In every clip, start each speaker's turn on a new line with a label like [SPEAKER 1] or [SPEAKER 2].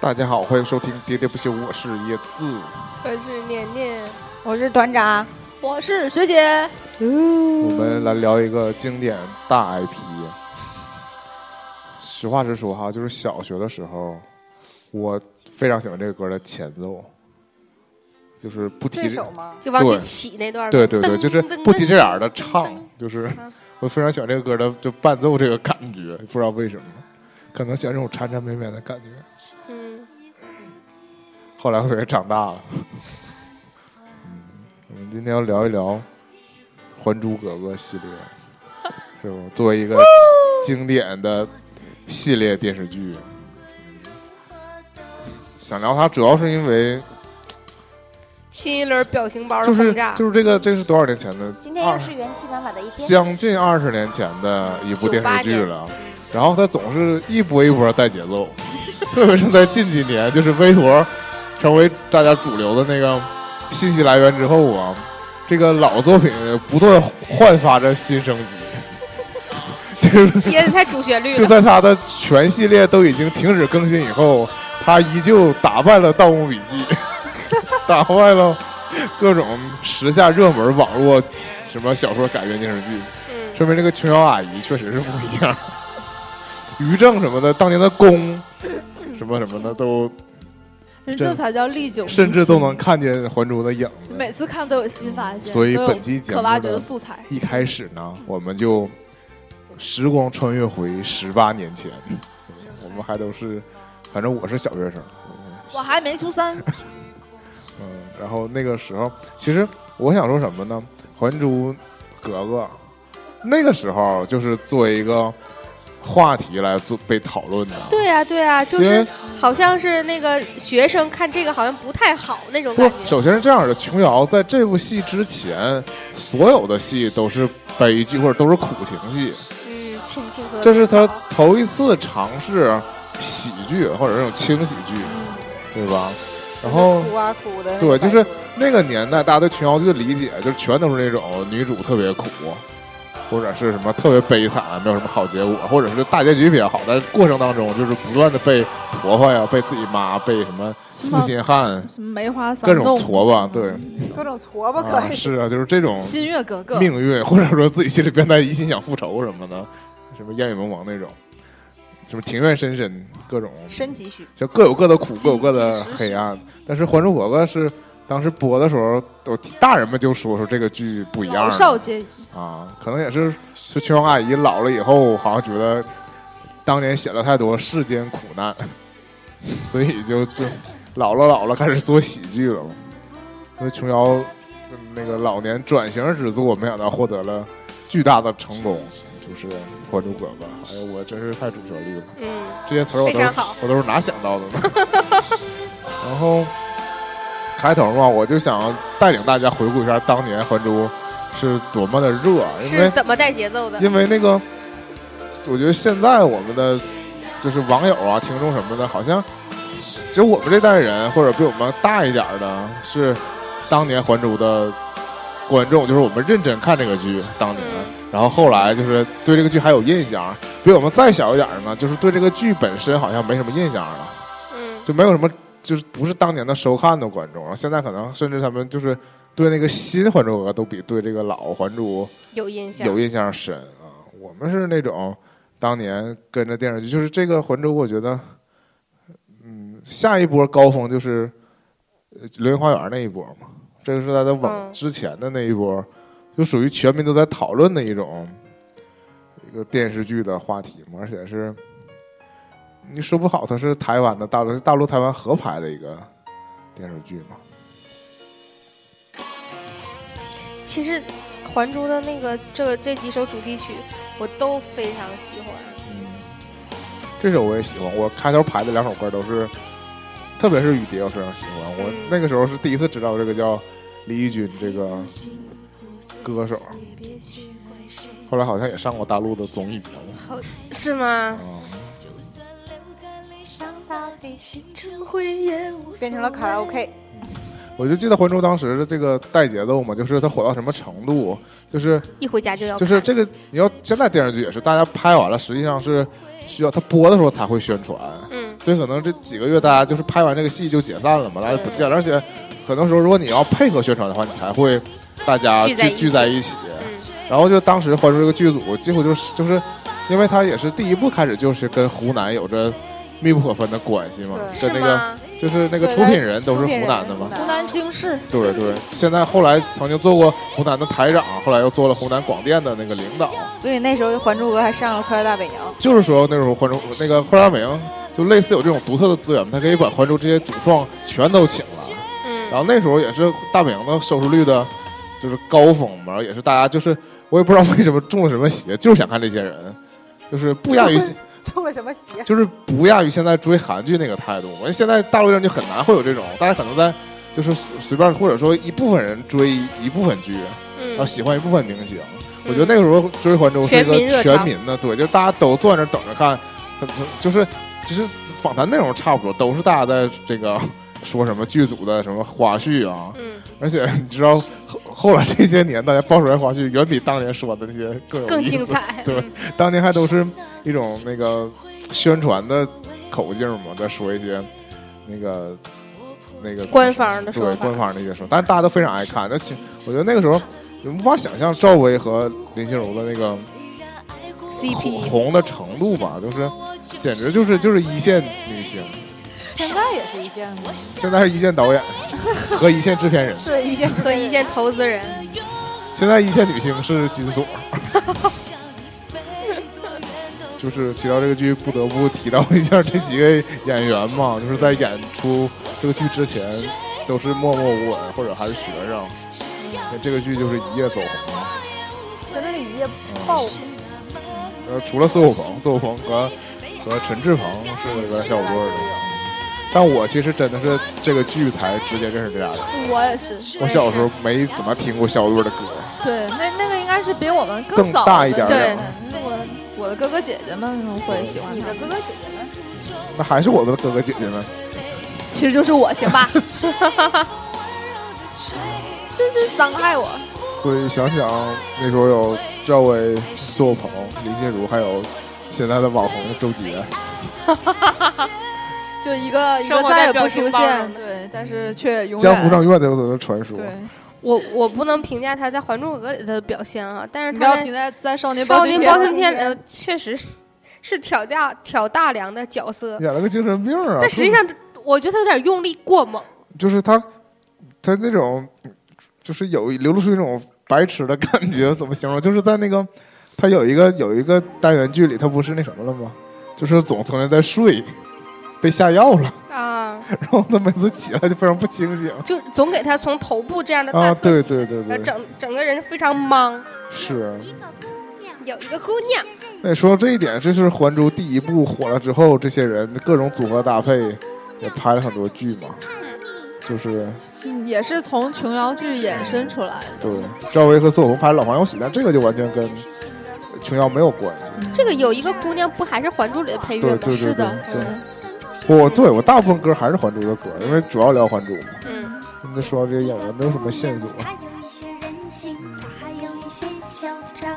[SPEAKER 1] 大家好，欢迎收听《喋喋不休》，我是椰子。
[SPEAKER 2] 我是年年，
[SPEAKER 3] 我是团长。
[SPEAKER 2] 我是学姐，
[SPEAKER 1] 我们来聊一个经典大 IP。实话实说哈，就是小学的时候，我非常喜欢这个歌的前奏，就是不提
[SPEAKER 3] 这首吗？
[SPEAKER 2] 就王
[SPEAKER 1] 对
[SPEAKER 2] 继起那段儿
[SPEAKER 1] 对对对，
[SPEAKER 2] 噔
[SPEAKER 1] 就是
[SPEAKER 2] 噔
[SPEAKER 1] 不提
[SPEAKER 2] 噔
[SPEAKER 1] 这眼儿的唱，就是
[SPEAKER 3] 嗯
[SPEAKER 1] 我非常喜欢这个歌的就伴奏这个感觉，不知道为什么，可能喜欢这种缠缠绵绵的感觉。
[SPEAKER 2] 嗯，
[SPEAKER 1] 后来我也长大了。嗯，我们今天要聊一聊《还珠格格》系列，是吧？作为一个经典的系列电视剧，想聊它主要是因为
[SPEAKER 2] 新一轮表情包的
[SPEAKER 1] 就是
[SPEAKER 2] 轰炸，
[SPEAKER 1] 就是这个这是多少年前的？
[SPEAKER 3] 今天
[SPEAKER 1] 二
[SPEAKER 3] 又是元气满满的一天。
[SPEAKER 1] 将近二十年前的一部电视剧
[SPEAKER 2] 98
[SPEAKER 1] 了。然后它总是一波一波带节奏， 特别是在近几年，就是微博成为大家主流的那个信息来源之后啊，这个老作品不断焕发着新升级， 就是
[SPEAKER 2] 椰子太主旋律
[SPEAKER 1] 就
[SPEAKER 2] 了，
[SPEAKER 1] 在它的全系列都已经停止更新以后，它依旧打败了《盗墓笔记》， 打败了各种时下热门网络什么小说改编电视剧。
[SPEAKER 2] 嗯，
[SPEAKER 1] 说明这个琼瑶阿姨确实是不一样。于正什么的，当年的宫，什么什么的都，
[SPEAKER 4] 这才叫历久弥 新，
[SPEAKER 1] 甚至都能看见《还珠》的影子。
[SPEAKER 4] 每次看都有新发现，
[SPEAKER 1] 所以
[SPEAKER 4] 都有
[SPEAKER 1] 本期节目
[SPEAKER 4] 可挖掘
[SPEAKER 1] 的
[SPEAKER 4] 的素材。
[SPEAKER 1] 一开始呢，我们就时光穿越回十八年前，我们还都是，反正我是小学生，
[SPEAKER 4] 我还没出三，
[SPEAKER 1] 嗯，然后那个时候，其实我想说什么呢？《还珠格格》那个时候就是作为一个话题来做被讨论的，
[SPEAKER 2] 对呀、对呀、就
[SPEAKER 1] 因为
[SPEAKER 2] 是好像是那个学生看这个好像不太好那种
[SPEAKER 1] 不
[SPEAKER 2] 感，觉，
[SPEAKER 1] 首先是这样的，琼瑶在这部戏之前，所有的戏都是悲剧或者都是苦情戏，
[SPEAKER 2] 嗯，亲亲和
[SPEAKER 1] 这是她
[SPEAKER 2] 平好
[SPEAKER 1] 头一次尝试喜剧或者这种轻喜剧，对吧？然后
[SPEAKER 3] 哭啊哭的那
[SPEAKER 1] 对
[SPEAKER 3] 个
[SPEAKER 1] 就是
[SPEAKER 3] 感觉
[SPEAKER 1] 那个年代，大家对琼瑶剧的理解就是全都是那种女主特别苦，或者是什么特别悲惨，没有什么好结果，或者是大结局比较好，但是过程当中就是不断的被婆婆呀、被自己妈、被什么
[SPEAKER 4] 什
[SPEAKER 1] 负
[SPEAKER 4] 么
[SPEAKER 1] 心汉、
[SPEAKER 4] 什么梅花三
[SPEAKER 1] 各种
[SPEAKER 4] 弄，
[SPEAKER 1] 挫吧，对。
[SPEAKER 3] 各种挫吧，可
[SPEAKER 1] 啊，
[SPEAKER 3] 以。
[SPEAKER 1] 是啊，就是这种
[SPEAKER 4] 新月格格，
[SPEAKER 1] 命运，或者说自己心里变态，一心想复仇什么的， 什么烟雨蒙蒙那种，什么庭院深深，各种
[SPEAKER 3] 深几许？
[SPEAKER 1] 就各有各的苦，各有各
[SPEAKER 4] 几
[SPEAKER 1] 的
[SPEAKER 4] 时
[SPEAKER 1] 黑暗。但是《还珠格格》是当时播的时候，我听大人们就说说这个剧不一样
[SPEAKER 4] 老少皆宜。
[SPEAKER 1] 啊，可能也是就琼瑶阿姨老了以后，好像觉得当年写了太多世间苦难， 所以就就老了老了开始做喜剧了嘛。因为琼瑶嗯那个老年转型之作，没想到获得了巨大的成功，就是《还珠格格》。哎呀，我真是太主旋律了。
[SPEAKER 2] 嗯，
[SPEAKER 1] 这些词儿我都
[SPEAKER 2] 非
[SPEAKER 1] 是
[SPEAKER 2] 常好
[SPEAKER 1] 我都是哪想到的呢？ 然后开头嘛，我就想带领大家回顾一下当年《还珠》是多么的热，因
[SPEAKER 2] 是
[SPEAKER 1] 为
[SPEAKER 2] 怎么带节 奏的？
[SPEAKER 1] 因为那个，我觉得现在我们的就是网友啊、听众什么的，好像只有我们这代人或者比我们大一点儿的，是当年《还珠》的观众，就是我们认真看这个剧当年。
[SPEAKER 2] 嗯
[SPEAKER 1] 然后后来就是对这个剧还有印象，比我们再小一点的呢，就是对这个剧本身好像没什么印象了，
[SPEAKER 2] 嗯，
[SPEAKER 1] 就没有什么，就是不是当年的收看的观众，然后现在可能甚至他们就是对那个新《还珠格格》都比对这个老《还珠》
[SPEAKER 2] 有印象，
[SPEAKER 1] 有印象深啊。我们是那种当年跟着电视剧，就是这个《还珠》，我觉得，嗯，下一波高峰就是呃《流星花园》那一波嘛，这个是它的往
[SPEAKER 2] 嗯
[SPEAKER 1] 之前的那一波，就属于全民都在讨论的一种一个电视剧的话题嘛，而且是你说不好，它是台湾的大陆大陆台湾合拍的一个电视剧嘛。
[SPEAKER 2] 其实《还珠》的那个这个这几首主题曲我都非常喜欢，
[SPEAKER 1] 嗯，这首我也喜欢，我开头排的两首歌都是，特别是《雨蝶》，我非常喜欢。我
[SPEAKER 2] 嗯
[SPEAKER 1] 那个时候是第一次知道这个叫李翊君这个歌手，后来好像也上过大陆的综艺节目
[SPEAKER 2] 是吗？
[SPEAKER 1] 啊。
[SPEAKER 3] 变成了卡
[SPEAKER 2] 嗯
[SPEAKER 3] 拉 OK，
[SPEAKER 1] 我就记得《还珠》当时的这个带节奏嘛，就是它火到什么程度，就是
[SPEAKER 2] 一回家就要
[SPEAKER 1] 就是这个，你要现在电视剧也是，大家拍完了，实际上是需要它播的时候才会宣传。
[SPEAKER 2] 嗯。
[SPEAKER 1] 所以可能这几个月大家就是拍完这个戏就解散了嘛，大家不见了。而且很多时候，如果你要配合宣传的话，你才会大家
[SPEAKER 2] 聚在
[SPEAKER 1] 聚
[SPEAKER 2] 一起
[SPEAKER 1] 聚在一起。
[SPEAKER 2] 嗯，
[SPEAKER 1] 然后就当时《还珠》这个剧组，几乎就是就是，因为他也是第一部开始就是跟湖南有着密不可分的关系嘛，
[SPEAKER 3] 对
[SPEAKER 1] 跟那
[SPEAKER 2] 是
[SPEAKER 1] 个
[SPEAKER 2] 吗？
[SPEAKER 1] 就是那个
[SPEAKER 3] 对
[SPEAKER 1] 出品人都是
[SPEAKER 3] 出品
[SPEAKER 1] 湖
[SPEAKER 3] 人
[SPEAKER 1] 南的嘛。
[SPEAKER 2] 嗯
[SPEAKER 4] 湖南经视，
[SPEAKER 1] 对对，现在后来曾经做过湖南的台长，后来又做了湖南广电的那个领导，
[SPEAKER 3] 所以那时候《还珠格格》还上了《快乐大本营》。
[SPEAKER 1] 就是说那时候《还珠》那个《快乐大本营》就类似有这种独特的资源，他可以把《还珠》这些主创全都请了。
[SPEAKER 2] 嗯，
[SPEAKER 1] 然后那时候也是大本营的收视率的，就是高峰嘛，也是大家就是我也不知道为什么中了什么邪，就是想看这些人，就是不亚 于
[SPEAKER 3] 中了什么邪？
[SPEAKER 1] 就是不亚于现在追韩剧那个态度。我们现在大陆人就很难会有这种，大家可能在就是随随便或者说一部分人追一部分剧，然后
[SPEAKER 2] 嗯，
[SPEAKER 1] 啊喜欢一部分明星。我觉得那个时候追《还珠》是一
[SPEAKER 2] 全民
[SPEAKER 1] 个
[SPEAKER 2] 热
[SPEAKER 1] 全
[SPEAKER 2] 潮
[SPEAKER 1] 民的，对，就是大家都坐在那儿等着看，很很就是其实访谈内容差不多，都是大家在这个说什么剧组的什么花絮啊，
[SPEAKER 2] 嗯，
[SPEAKER 1] 而且你知道后后来这些年大家爆出来花絮，远比当年说的那些更有
[SPEAKER 2] 更
[SPEAKER 1] 意思
[SPEAKER 2] 精。彩。
[SPEAKER 1] 对，当年还都是一种那个宣传的口径嘛，再说一些那个那个
[SPEAKER 2] 官方的说
[SPEAKER 1] 对
[SPEAKER 2] 法
[SPEAKER 1] 官方那些说，但是大家都非常爱看。那请，我觉得那个时候你无法想象赵薇和林心如的那个红
[SPEAKER 4] CP
[SPEAKER 1] 红的程度吧，就是简直就是就是一线女星，
[SPEAKER 3] 现在也是一线吗，
[SPEAKER 1] 现在是一线导演和一线制片人，
[SPEAKER 3] 是一线
[SPEAKER 2] 和一线投资人，
[SPEAKER 1] 现在一线女星是金 锁。就是提到这个剧，不得不提到一下这几位演员嘛，就是在演出这个剧之前，都是默默无闻或者还是学生。那这个剧就是一夜走红了。
[SPEAKER 3] 真的是一夜爆
[SPEAKER 1] 嗯，呃，除了苏有朋，苏有朋和和陈志朋是有点小波儿的，但我其实真的是这个剧才直接认识这俩人。
[SPEAKER 4] 我也是，
[SPEAKER 1] 我小时候没怎么听过小波儿的歌，
[SPEAKER 4] 对，那那个应该是比我们
[SPEAKER 1] 更
[SPEAKER 4] 早
[SPEAKER 1] 大一点儿
[SPEAKER 4] 对
[SPEAKER 1] 的，
[SPEAKER 4] 那我我的哥哥姐姐们会喜欢
[SPEAKER 3] 你
[SPEAKER 4] 他
[SPEAKER 3] 的
[SPEAKER 4] 们，
[SPEAKER 3] 哥哥姐姐们，
[SPEAKER 1] 那还是我们的哥哥姐姐们。
[SPEAKER 4] 其实就是我，行吧？ 深深伤害我，
[SPEAKER 1] 所以想想那时候有赵薇、苏有朋、林心如，还有现在的网红周杰，
[SPEAKER 4] 就一个一
[SPEAKER 2] 生
[SPEAKER 4] 个
[SPEAKER 2] 活
[SPEAKER 4] 再
[SPEAKER 2] 在
[SPEAKER 4] 也不
[SPEAKER 2] 表情
[SPEAKER 4] 出
[SPEAKER 2] 包
[SPEAKER 4] 现，
[SPEAKER 2] 中
[SPEAKER 4] 对，但是却永远
[SPEAKER 1] 江湖上永远都有的传说。
[SPEAKER 4] 对，
[SPEAKER 2] 我我不能评价他在《还珠格格》里的表现啊，但是
[SPEAKER 4] 你不要
[SPEAKER 2] 他
[SPEAKER 4] 停在在少
[SPEAKER 2] 在
[SPEAKER 4] 年
[SPEAKER 2] 《少
[SPEAKER 4] 年
[SPEAKER 2] 年
[SPEAKER 4] 包
[SPEAKER 2] 包
[SPEAKER 4] 青
[SPEAKER 2] 青天》
[SPEAKER 3] 天
[SPEAKER 2] 呃，确实是是挑大挑大梁的角色，
[SPEAKER 1] 演了个精神病啊！
[SPEAKER 2] 但实际上我觉得他有点用力过猛。
[SPEAKER 1] 就是他，他那种就是有流露出一种白痴的感觉，怎么形容？就是在那个他有一个有一个单元剧里，他不是那什么了吗？就是总曾经在睡，被下药了，
[SPEAKER 2] 啊，
[SPEAKER 1] 然后他每次起来就非常不清醒
[SPEAKER 2] 就总给他从头部这样的大
[SPEAKER 1] 啊！
[SPEAKER 2] 特
[SPEAKER 1] 对
[SPEAKER 2] 写
[SPEAKER 1] 对对
[SPEAKER 2] 然后
[SPEAKER 1] 对，
[SPEAKER 2] 整整个人非常懵。
[SPEAKER 1] 是。
[SPEAKER 2] 有一个姑娘，
[SPEAKER 1] 那说到这一点，这就是《还珠》第一部火了之后，这些人各种组合搭配，也拍了很多剧嘛。就是
[SPEAKER 4] 嗯也是从琼瑶剧衍生出来的。
[SPEAKER 1] 对赵薇和苏有朋拍了《老黄有喜》，但这个就完全跟琼瑶没有关系。
[SPEAKER 2] 这个有一个姑娘不还是《还珠》里的配乐
[SPEAKER 1] 对
[SPEAKER 2] 吗？
[SPEAKER 1] 对对
[SPEAKER 4] 是
[SPEAKER 1] 对
[SPEAKER 4] 的
[SPEAKER 1] 对，我对我大部分歌还是《还珠》的歌，因为主要聊《还珠》嘛。
[SPEAKER 2] 嗯，
[SPEAKER 1] 那说到这些演员都有什么线索？
[SPEAKER 5] 他有一些任性，他还有一些嚣张。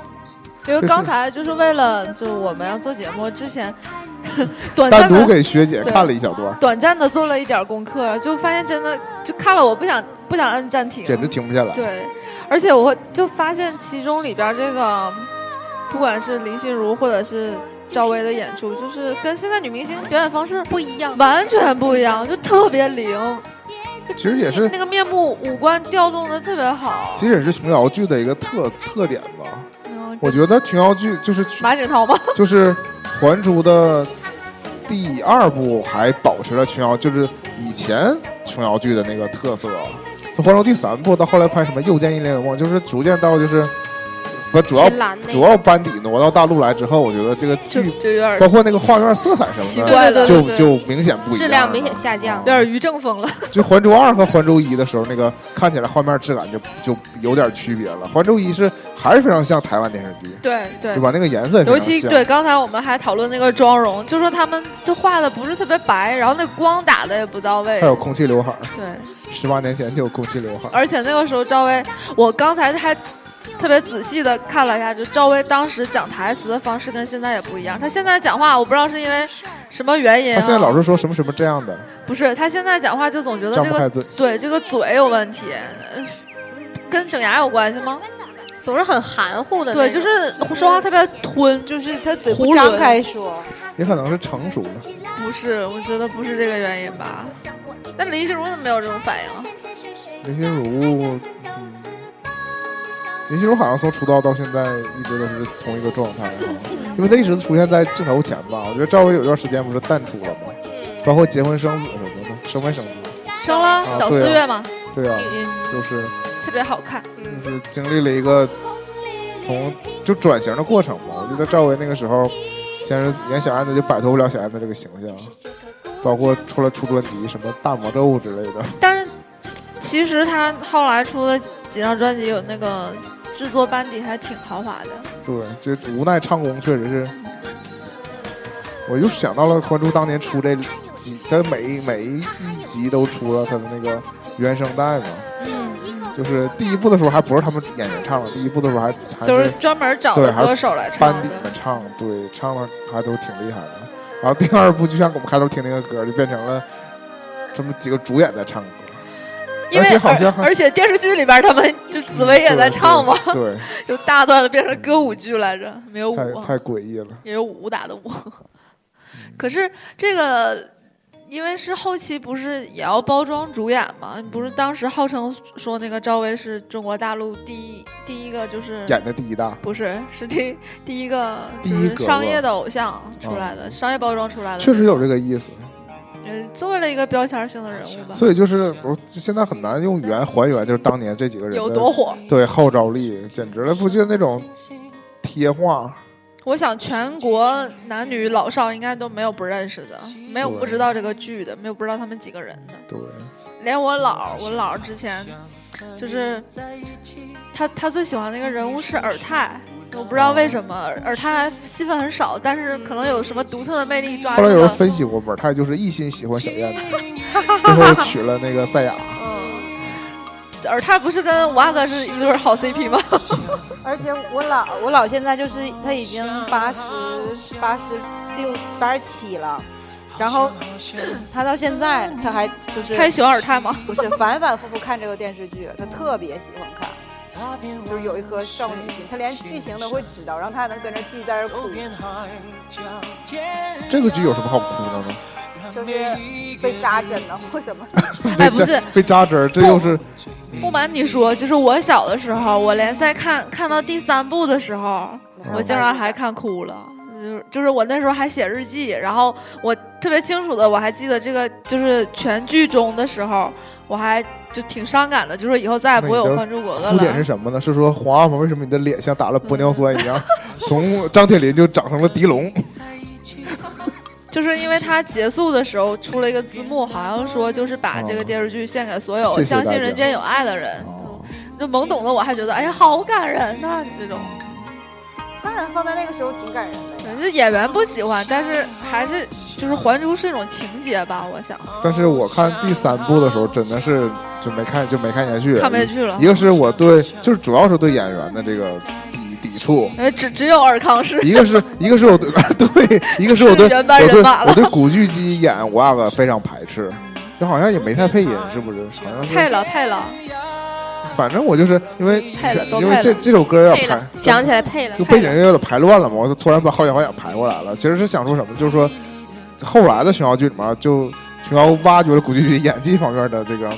[SPEAKER 4] 因为
[SPEAKER 1] 是
[SPEAKER 4] 刚才就是为了就我们要做节目之前， 短
[SPEAKER 1] 单
[SPEAKER 4] 暂
[SPEAKER 1] 独
[SPEAKER 4] 的
[SPEAKER 1] 给学姐看了一小段，
[SPEAKER 4] 短暂的做了一点功课，就发现真的就看了我不想不想按暂停，
[SPEAKER 1] 简直停不下来。
[SPEAKER 4] 对，而且我会就发现其中里边儿这个，不管是林心如或者是赵薇的演出，就是跟现在女明星表演方式
[SPEAKER 2] 不一样。
[SPEAKER 4] 完全不一样，就特别灵。
[SPEAKER 1] 其实也是，
[SPEAKER 4] 那个面部五官调动的特别好。
[SPEAKER 1] 其实也是琼瑶剧的一个特特点吧。
[SPEAKER 4] 嗯
[SPEAKER 1] 我觉得琼瑶剧就是
[SPEAKER 4] 马景涛吗？
[SPEAKER 1] 就是《还珠》的第二部还保持了琼瑶，就是以前琼瑶剧的那个特色。《还珠》第三部到后来拍什么《又见一帘幽梦》，就是逐渐到就是把主要
[SPEAKER 2] 秦岚那个
[SPEAKER 1] 主要班底挪到大陆来之后，我觉得这个
[SPEAKER 4] 就
[SPEAKER 1] 剧
[SPEAKER 4] 就有点
[SPEAKER 1] 包括那个画面色彩什
[SPEAKER 4] 奇
[SPEAKER 1] 么
[SPEAKER 4] 怪
[SPEAKER 1] 的。
[SPEAKER 4] 了，
[SPEAKER 2] 对
[SPEAKER 1] 就
[SPEAKER 4] 有
[SPEAKER 1] 就明显不一样了，
[SPEAKER 2] 质量明显下降
[SPEAKER 1] 啊
[SPEAKER 4] 点于正风了。
[SPEAKER 1] 就《还珠二》和《还珠一》的时候，那个看起来画面质感就就有点区别了。《还珠一》是还是非常像台湾电视剧，
[SPEAKER 4] 对对
[SPEAKER 1] 对。吧？那个啊颜色也非常
[SPEAKER 4] 尤其
[SPEAKER 1] 像
[SPEAKER 4] 对，刚才我们还讨论那个妆容，就说他们就画的不是特别白，然后那光打的也不到位
[SPEAKER 1] 还。有空气刘海儿，
[SPEAKER 4] 对，
[SPEAKER 1] 十八年前就有空气刘海儿。
[SPEAKER 4] 而且那个时候赵薇，我刚才还特别仔细的看了一下，就赵薇当时讲台词的方式跟现在也不一样。她现在讲话，我不知道是因为什么原因、啊，
[SPEAKER 1] 他现在老是说什么什么这样的，
[SPEAKER 4] 不是她现在讲话就总觉得
[SPEAKER 1] 张
[SPEAKER 4] 这
[SPEAKER 1] 不
[SPEAKER 4] 个
[SPEAKER 1] 开嘴。
[SPEAKER 4] 对这个嘴有问题，呃跟整牙有关系吗？
[SPEAKER 2] 总是很含糊的那
[SPEAKER 4] 对，
[SPEAKER 2] 种。
[SPEAKER 4] 就是说话特别吞，
[SPEAKER 3] 就是他嘴
[SPEAKER 4] 囫
[SPEAKER 3] 不
[SPEAKER 4] 囵
[SPEAKER 3] 张开说，
[SPEAKER 1] 也可能是成熟了。
[SPEAKER 4] 不是，我觉得不是这个原因吧。那林心如怎么没有这种反应啊？
[SPEAKER 1] 林心如，林心如好像从出道到现在一直都是同一个状态，好像因为她一直出现在镜头前吧。我觉得赵薇有一段时间不是淡出了吗？包括结婚生子什么的，生没生子？
[SPEAKER 4] 生了
[SPEAKER 1] 啊
[SPEAKER 4] 小
[SPEAKER 1] 对
[SPEAKER 4] 四
[SPEAKER 1] 啊
[SPEAKER 4] 月嘛，
[SPEAKER 1] 对啊，
[SPEAKER 2] 嗯
[SPEAKER 1] 就是
[SPEAKER 4] 特别好看。
[SPEAKER 1] 就是经历了一个从就转型的过程吧。我觉得赵薇那个时候，先是演小燕子就摆脱不了小燕子这个形象，包括出来出专辑什么大魔咒之类的。
[SPEAKER 4] 但是其实他后来出的几张专辑有那个制作班底还挺豪华的。
[SPEAKER 1] 对，这无奈唱功确实是，我就想到了关注当年出这几，他每每一集都出了他的那个原声带嘛。
[SPEAKER 2] 嗯
[SPEAKER 1] 就是第一部的时候还不是他们演员唱的，第一部的时候还还
[SPEAKER 4] 就是专门找
[SPEAKER 1] 对
[SPEAKER 4] 的
[SPEAKER 1] 还是
[SPEAKER 4] 歌手来唱
[SPEAKER 1] 班底
[SPEAKER 4] 的
[SPEAKER 1] 们。唱，对，唱的还都挺厉害的。然后第二部就像我们开头听那个歌，就变成了这么几个主演在唱歌，
[SPEAKER 4] 因
[SPEAKER 1] 而
[SPEAKER 4] 为
[SPEAKER 1] 且好像还
[SPEAKER 4] 而而且电视剧里边他们就紫薇也在唱嘛，
[SPEAKER 1] 对对
[SPEAKER 4] 有大段的变成歌舞剧来着，没有
[SPEAKER 1] 对
[SPEAKER 4] 舞
[SPEAKER 1] 太
[SPEAKER 4] 啊，
[SPEAKER 1] 太诡异了。
[SPEAKER 4] 也有武打的舞。可是这个。因为是后期不是也要包装主演嘛？不是当时号称说那个赵薇是中国大陆第一第一个就是
[SPEAKER 1] 演的第一大，
[SPEAKER 4] 不是，是第第一个
[SPEAKER 1] 第
[SPEAKER 4] 就
[SPEAKER 1] 一
[SPEAKER 4] 是
[SPEAKER 1] 个
[SPEAKER 4] 商
[SPEAKER 1] 吧
[SPEAKER 4] 业的偶像出来的，商业包装出来的，
[SPEAKER 1] 确实有这个意思。
[SPEAKER 4] 呃，作为了一个标签性的人物吧，
[SPEAKER 1] 所以就是我现在很难用语言还原，就是当年这几个人的
[SPEAKER 4] 有多火？
[SPEAKER 1] 对号召力，简直了，不就那种贴画，
[SPEAKER 4] 我想全国男女老少应该都没有不认识的，没有
[SPEAKER 1] 对
[SPEAKER 4] 不知道这个剧的，没有不知道他们几个人的，
[SPEAKER 1] 对，
[SPEAKER 4] 连我姥儿，我姥儿之前就是他他最喜欢的一个人物是尔泰。我不知道为什么尔尔泰戏份很少，但是可能有什么独特的魅力抓住
[SPEAKER 1] 后来有
[SPEAKER 4] 了
[SPEAKER 1] 人。分析过，本泰就是一心喜欢小 燕子，最后娶了那个赛亚。
[SPEAKER 4] 尔泰不是跟五阿哥是一对儿好 CP 吗？
[SPEAKER 3] 而且我姥我姥现在就是她已经八十八十六八十七了，然后 她到现在她还就是
[SPEAKER 4] 他也喜欢尔泰吗？
[SPEAKER 3] 不是反反复复看这个电视剧，她特别喜欢看，就是有一颗少女心，她连剧情都会知道，然后她还能跟着剧在这儿哭，
[SPEAKER 1] 这个剧有什么好哭的呢？
[SPEAKER 3] 就是被扎针了或什么。
[SPEAKER 4] 哎，不是，
[SPEAKER 1] 被扎针儿，这又嗯是
[SPEAKER 4] 不瞒你说，就是我小的时候，我连在看看到第三部的时候，
[SPEAKER 1] 嗯
[SPEAKER 4] 我竟然还看哭了。就是就是我那时候还写日记，然后我特别清楚的，我还记得这个就是全剧终的时候，我还就挺伤感的，就说以后再也不会有
[SPEAKER 1] 那你的
[SPEAKER 4] 关注格格
[SPEAKER 1] 哭点是
[SPEAKER 4] 了。
[SPEAKER 1] 什么 呢？是说黄阿玛为什么你的脸像打了玻尿酸一样，从张铁林就长成了狄龙？
[SPEAKER 4] 就是因为它结束的时候出了一个字幕，好像说就是把这个电视剧献给所
[SPEAKER 1] 谢
[SPEAKER 4] 有
[SPEAKER 1] 谢
[SPEAKER 4] 相
[SPEAKER 1] 大
[SPEAKER 4] 信
[SPEAKER 1] 家
[SPEAKER 4] 人间有爱的人。
[SPEAKER 1] 哦，
[SPEAKER 4] 就懵懂的我还觉得，哎呀，好感人呐、这种。
[SPEAKER 3] 当然放在那个时候挺感人的呀。
[SPEAKER 4] 反正演员不喜欢，但是还是就是《还珠》是一种情节吧，我想
[SPEAKER 1] 但是我看第三部的时候，真的是就没看就没看下去，
[SPEAKER 4] 看不下去了
[SPEAKER 1] 一。个是我对，就是主要是对演员的这个抵抵触，
[SPEAKER 4] 因为哎只只有尔康是
[SPEAKER 1] 一个是一个是我对 对，一个是我对
[SPEAKER 4] 是
[SPEAKER 1] 我
[SPEAKER 4] 原班人
[SPEAKER 1] 对
[SPEAKER 4] 马了嗯
[SPEAKER 1] 我对古巨基演五阿哥非常排斥，就好像也没太配音，是不是？好像
[SPEAKER 4] 配
[SPEAKER 1] 是，
[SPEAKER 4] 了配了，
[SPEAKER 1] 反正我就是因为
[SPEAKER 4] 配了都
[SPEAKER 1] 因为
[SPEAKER 4] 配
[SPEAKER 1] 这
[SPEAKER 4] 了
[SPEAKER 1] 这首歌要
[SPEAKER 2] 配
[SPEAKER 1] 排
[SPEAKER 2] 了，，想起来配了
[SPEAKER 1] 就。背景音乐有点排乱了嘛，我就突然把好想好想排过来了。其实是想说什么，就是说后来的琼瑶剧里面就琼瑶挖掘了古巨基演技方面的这个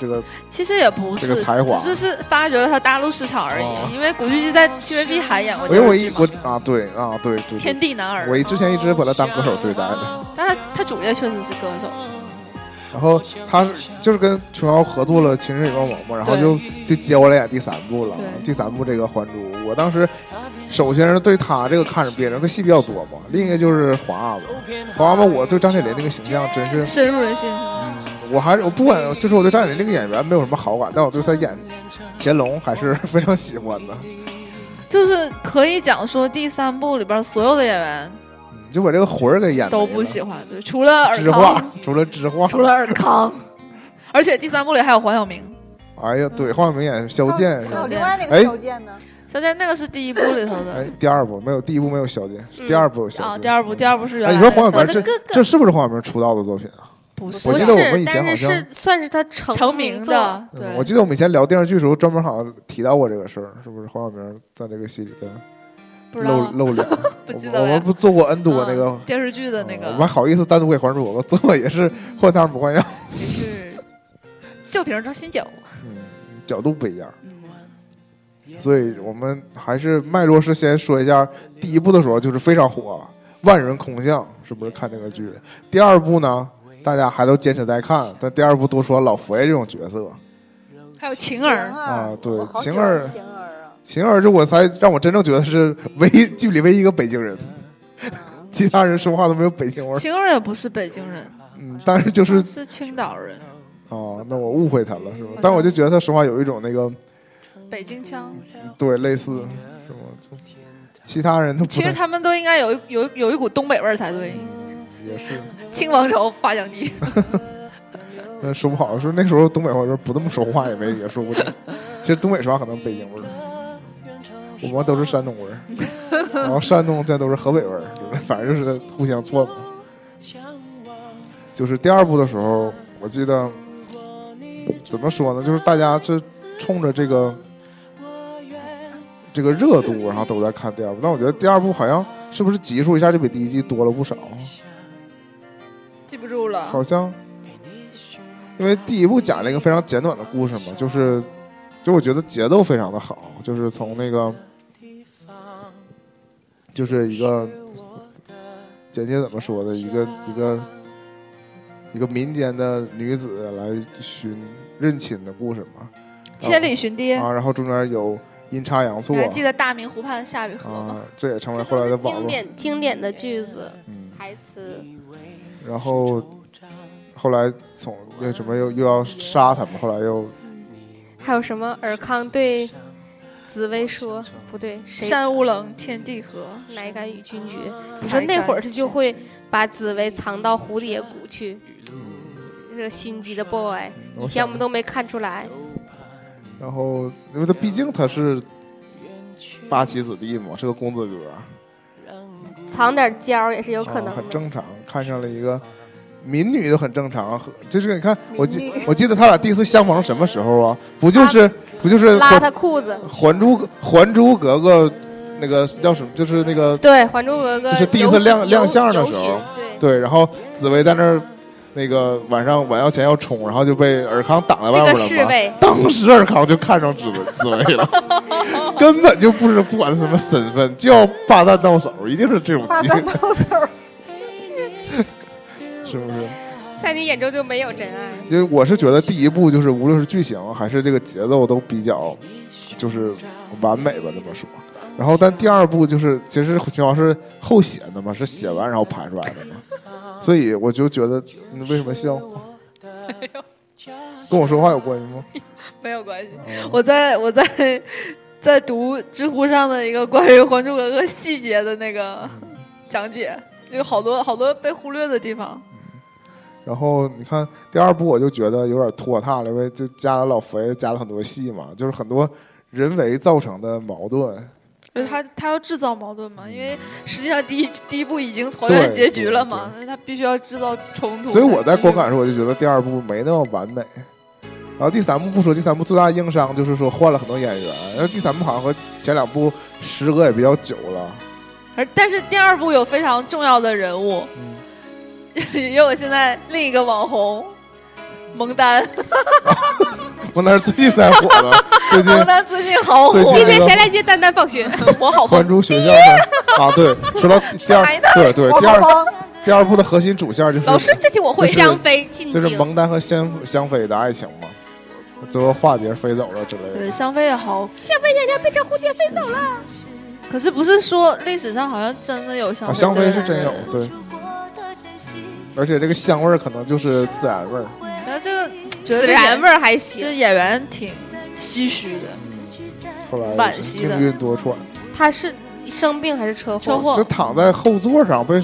[SPEAKER 1] 这个
[SPEAKER 4] 其实也不是，
[SPEAKER 1] 这个才华
[SPEAKER 4] 只是是发掘了他大陆市场而已。
[SPEAKER 1] 哦
[SPEAKER 4] 因为古巨基在 TVB 还演过
[SPEAKER 1] 因为我一
[SPEAKER 4] 电视剧嘛
[SPEAKER 1] 我啊对啊对对对
[SPEAKER 4] 天，地男儿
[SPEAKER 1] 我》，一之前一直把他当歌手对待的，
[SPEAKER 4] 但他他主业确实是歌手，
[SPEAKER 1] 然后他是就是跟琼瑶合作了《情深深雨蒙蒙》嘛，然后
[SPEAKER 4] 对
[SPEAKER 1] 就就接过来演第三部了，
[SPEAKER 4] 对
[SPEAKER 1] 第三部这个《还珠》，我当时首先是对他这个看着别扭，他戏比较多嘛，另一个就是黄阿玛，黄阿玛我对张铁林那个形象真是。
[SPEAKER 4] 深入人心。
[SPEAKER 1] 我还是我不管，就是我对张铁林这个演员没有什么好感，但我对他演乾隆还是 非常喜欢的。
[SPEAKER 4] 就是可以讲说第三部里边所有的演员
[SPEAKER 1] 你就把这个魂儿给演没了
[SPEAKER 4] 都不喜欢，对，除了尔
[SPEAKER 1] 知
[SPEAKER 4] 康
[SPEAKER 1] 画，除了知画，
[SPEAKER 4] 除了尔康，而且第三部里还有黄晓明。
[SPEAKER 1] 哎呀，对，画眉眼萧
[SPEAKER 4] 啊
[SPEAKER 1] 剑是
[SPEAKER 3] 还有
[SPEAKER 1] 吧？
[SPEAKER 3] 另外那
[SPEAKER 1] 哎
[SPEAKER 3] 个小剑呢？
[SPEAKER 4] 小姐那个是第一部里头
[SPEAKER 1] 哎
[SPEAKER 4] 的，，
[SPEAKER 1] 第二部没有，第一部没有萧剑，是第
[SPEAKER 2] 嗯
[SPEAKER 1] 二部有萧剑。
[SPEAKER 4] 啊，第二部第二部是原
[SPEAKER 1] 哎，
[SPEAKER 4] 来
[SPEAKER 1] 你
[SPEAKER 4] 的
[SPEAKER 1] 说黄晓明
[SPEAKER 2] 我
[SPEAKER 1] 这
[SPEAKER 2] 的哥哥
[SPEAKER 1] 这是不是黄晓明出道的作品啊？
[SPEAKER 4] 不
[SPEAKER 1] 我
[SPEAKER 4] 是
[SPEAKER 1] 记
[SPEAKER 2] 不
[SPEAKER 1] 得我
[SPEAKER 2] 是
[SPEAKER 1] 们以前
[SPEAKER 2] 但
[SPEAKER 1] 好
[SPEAKER 2] 是
[SPEAKER 1] 像
[SPEAKER 2] 是算是他成
[SPEAKER 4] 成
[SPEAKER 2] 名
[SPEAKER 4] 名
[SPEAKER 2] 作
[SPEAKER 4] 的，
[SPEAKER 1] 嗯
[SPEAKER 4] 对，
[SPEAKER 1] 我记得我们以前聊电视剧的时候专门好像提到过这个事儿，是不是黄晓明在这个戏里边
[SPEAKER 4] 不知道
[SPEAKER 1] 露露脸？
[SPEAKER 4] 不记
[SPEAKER 1] 我
[SPEAKER 4] 得
[SPEAKER 1] 们
[SPEAKER 4] 了
[SPEAKER 1] 我们
[SPEAKER 4] 呀
[SPEAKER 1] 不做过 N 多那个
[SPEAKER 4] 嗯电视剧的那
[SPEAKER 1] 哦
[SPEAKER 4] 个嗯
[SPEAKER 1] 我，们好意思单独给还珠格格做也是换汤不换药，
[SPEAKER 4] 也是旧瓶装新酒，
[SPEAKER 1] 嗯，角度不一样。
[SPEAKER 4] 嗯
[SPEAKER 1] 所以我们还是脉络是先说一下，第一部的时候就是非常火，万人空巷，是不是看这个剧？第二部呢，大家还都坚持在看，但第二部多出了老佛爷这种角色，
[SPEAKER 4] 还有晴儿，
[SPEAKER 1] 啊对
[SPEAKER 3] 我好喜
[SPEAKER 1] 晴
[SPEAKER 3] 欢
[SPEAKER 1] 儿
[SPEAKER 3] 晴儿啊，
[SPEAKER 1] 秦二是我才让我真正觉得是唯一剧里唯一一个北京人，
[SPEAKER 4] 嗯
[SPEAKER 1] 其他人说话都没有北京味儿。
[SPEAKER 4] 晴儿也不是北京人，
[SPEAKER 1] 嗯，但是就是
[SPEAKER 4] 是青岛人，
[SPEAKER 1] 哦，那我误会他了，是
[SPEAKER 4] 嗯
[SPEAKER 1] 吧？但我就觉得他说话有一种那个
[SPEAKER 4] 北京腔。
[SPEAKER 1] 对类似什么，就其他人都不
[SPEAKER 4] 其实
[SPEAKER 1] 太
[SPEAKER 4] 他们都应该有一有一有一股东北味儿才对，
[SPEAKER 1] 也是，
[SPEAKER 4] 青王朝发祥地。
[SPEAKER 1] 那呃说不好说那时候东北话说不这么说话也没也说不定。其实东北说话可能北京味儿，我们都是山东味儿，然后山东这都是河北味儿，就是反正就是互相错嘛。就是第二部的时候，我记得怎么说呢？就是大家是冲着这个这个热度，然后都在看第二部。但我觉得第二部好像是不是集数一下就比第一季多了不少？
[SPEAKER 4] 记不住了，
[SPEAKER 1] 好像因为第一部讲了一个非常简短的故事嘛，就是就我觉得节奏非常的好，就是从那个就是一个简介怎么说的，一个一个一个民间的女子来寻认亲的故事嘛，
[SPEAKER 4] 千里寻爹。
[SPEAKER 1] 啊，然后中间有阴差阳错
[SPEAKER 4] 你还记得大明湖畔夏雨荷
[SPEAKER 1] 啊，
[SPEAKER 4] 吗？
[SPEAKER 1] 这也成为
[SPEAKER 2] 这
[SPEAKER 1] 后来的
[SPEAKER 2] 都是
[SPEAKER 1] 网
[SPEAKER 2] 经
[SPEAKER 1] 络，
[SPEAKER 2] 典经典的句子
[SPEAKER 1] 嗯，
[SPEAKER 2] 台词，
[SPEAKER 1] 然后后来从那什么又又要杀他们，后来又
[SPEAKER 2] 还有什么尔康对紫薇说不对，谁
[SPEAKER 4] 山无棱，天地合。
[SPEAKER 2] 乃敢与君绝？
[SPEAKER 1] 嗯
[SPEAKER 2] 你说那会儿他就会把紫薇藏到蝴蝶谷去，这个心机的 boy，以前我们都没看出来。
[SPEAKER 1] 然后，因为他毕竟他是八旗子弟嘛，是个公子哥，
[SPEAKER 2] 藏点娇儿也是有可
[SPEAKER 1] 啊
[SPEAKER 2] 能
[SPEAKER 1] 很
[SPEAKER 2] 的。
[SPEAKER 1] 正常。看上了一个民女都很正常，和就是你看，我记
[SPEAKER 3] 民女
[SPEAKER 1] 我记得他俩第一次相逢什么时候啊？不就是不就是《
[SPEAKER 2] 拉
[SPEAKER 1] 还
[SPEAKER 2] 他裤子，
[SPEAKER 1] 还珠格还珠格格》那个叫什么？就是那个
[SPEAKER 2] 对，《还珠格格》
[SPEAKER 1] 就是第一次
[SPEAKER 2] 游
[SPEAKER 1] 亮
[SPEAKER 2] 游
[SPEAKER 1] 亮相的时候
[SPEAKER 2] 游巡对，
[SPEAKER 1] 对，然后紫薇在那儿那个晚上晚要钱要冲，然后就被尔康挡在外
[SPEAKER 2] 这
[SPEAKER 1] 面
[SPEAKER 2] 个
[SPEAKER 1] 了嘛。
[SPEAKER 2] 侍卫
[SPEAKER 1] 当时尔康就看上紫薇紫薇了，根本就不是不管什么身份，就要霸占到手，一定是这种
[SPEAKER 3] 霸
[SPEAKER 1] 级，
[SPEAKER 3] 占到手儿，
[SPEAKER 1] 是不是？
[SPEAKER 2] 在你眼中就没有真爱。
[SPEAKER 1] 因为我是觉得第一部就是无论是剧情还是这个节奏都比较就是完美吧，这么说。然后但第二部就是其实群瑶是后写的嘛，是写完然后拍出来的嘛，所以我就觉得你为什么笑？跟我说话有关系吗？
[SPEAKER 4] 没有关系，
[SPEAKER 1] 哦
[SPEAKER 4] 我在 我在在读知乎上的一个关于《还珠格格》细节的那个
[SPEAKER 1] 嗯
[SPEAKER 4] 讲解，有好多好多被忽略的地方。
[SPEAKER 1] 然后你看第二部，我就觉得有点拖沓了，因为就加了老佛爷加了很多戏嘛，就是很多人为造成的矛盾。
[SPEAKER 4] 就是他
[SPEAKER 1] 嗯
[SPEAKER 4] 他要制造矛盾嘛，因为实际上第一第一部已经还原结局了嘛，那他必须要制造冲突。
[SPEAKER 1] 所以我在观感的时候，我就觉得第二部没那么完美。然后第三部不说，第三部最大的硬伤就是说换了很多演员，然后第三部好像和前两部时隔也比较久 了。
[SPEAKER 4] 而但是第二部有非常重要的人物，
[SPEAKER 1] 嗯
[SPEAKER 4] 也有现在另一个网红蒙丹，
[SPEAKER 1] 我那是最近才火 的，最近
[SPEAKER 4] 蒙丹最近好火
[SPEAKER 1] 最，近
[SPEAKER 2] 今天谁来接丹丹放学？
[SPEAKER 4] 我好
[SPEAKER 1] 还珠学校的啊，对，说到第二，对对，
[SPEAKER 3] 我
[SPEAKER 1] 第 二
[SPEAKER 3] 好
[SPEAKER 1] 第二部的核心主线就是
[SPEAKER 4] 老师这题我会
[SPEAKER 1] 就是
[SPEAKER 4] 讲
[SPEAKER 2] 香妃进
[SPEAKER 1] 就是
[SPEAKER 2] 京，
[SPEAKER 1] 蒙丹和香香妃的爱情嘛，最后化蝶飞走了之类
[SPEAKER 4] 对，
[SPEAKER 1] 的。
[SPEAKER 4] 香妃也好，
[SPEAKER 2] 香妃娘娘被这蝴蝶飞走了。
[SPEAKER 4] 可是不是说历史上好像真的有香
[SPEAKER 1] 啊，香妃
[SPEAKER 4] 这
[SPEAKER 1] 是
[SPEAKER 4] 个
[SPEAKER 1] 真
[SPEAKER 4] 人
[SPEAKER 1] 有，对，而且这个香味儿可能就是自然味儿。
[SPEAKER 4] 但这个
[SPEAKER 2] 孜然味
[SPEAKER 4] 儿，
[SPEAKER 2] 儿还
[SPEAKER 4] 这
[SPEAKER 2] 行，
[SPEAKER 4] 演员挺唏嘘的，
[SPEAKER 1] 嗯后来
[SPEAKER 4] 惋
[SPEAKER 1] 是
[SPEAKER 4] 惜的
[SPEAKER 1] 命运多舛，
[SPEAKER 2] 他是生病还是车祸？
[SPEAKER 4] 车祸
[SPEAKER 1] 就躺在后座上被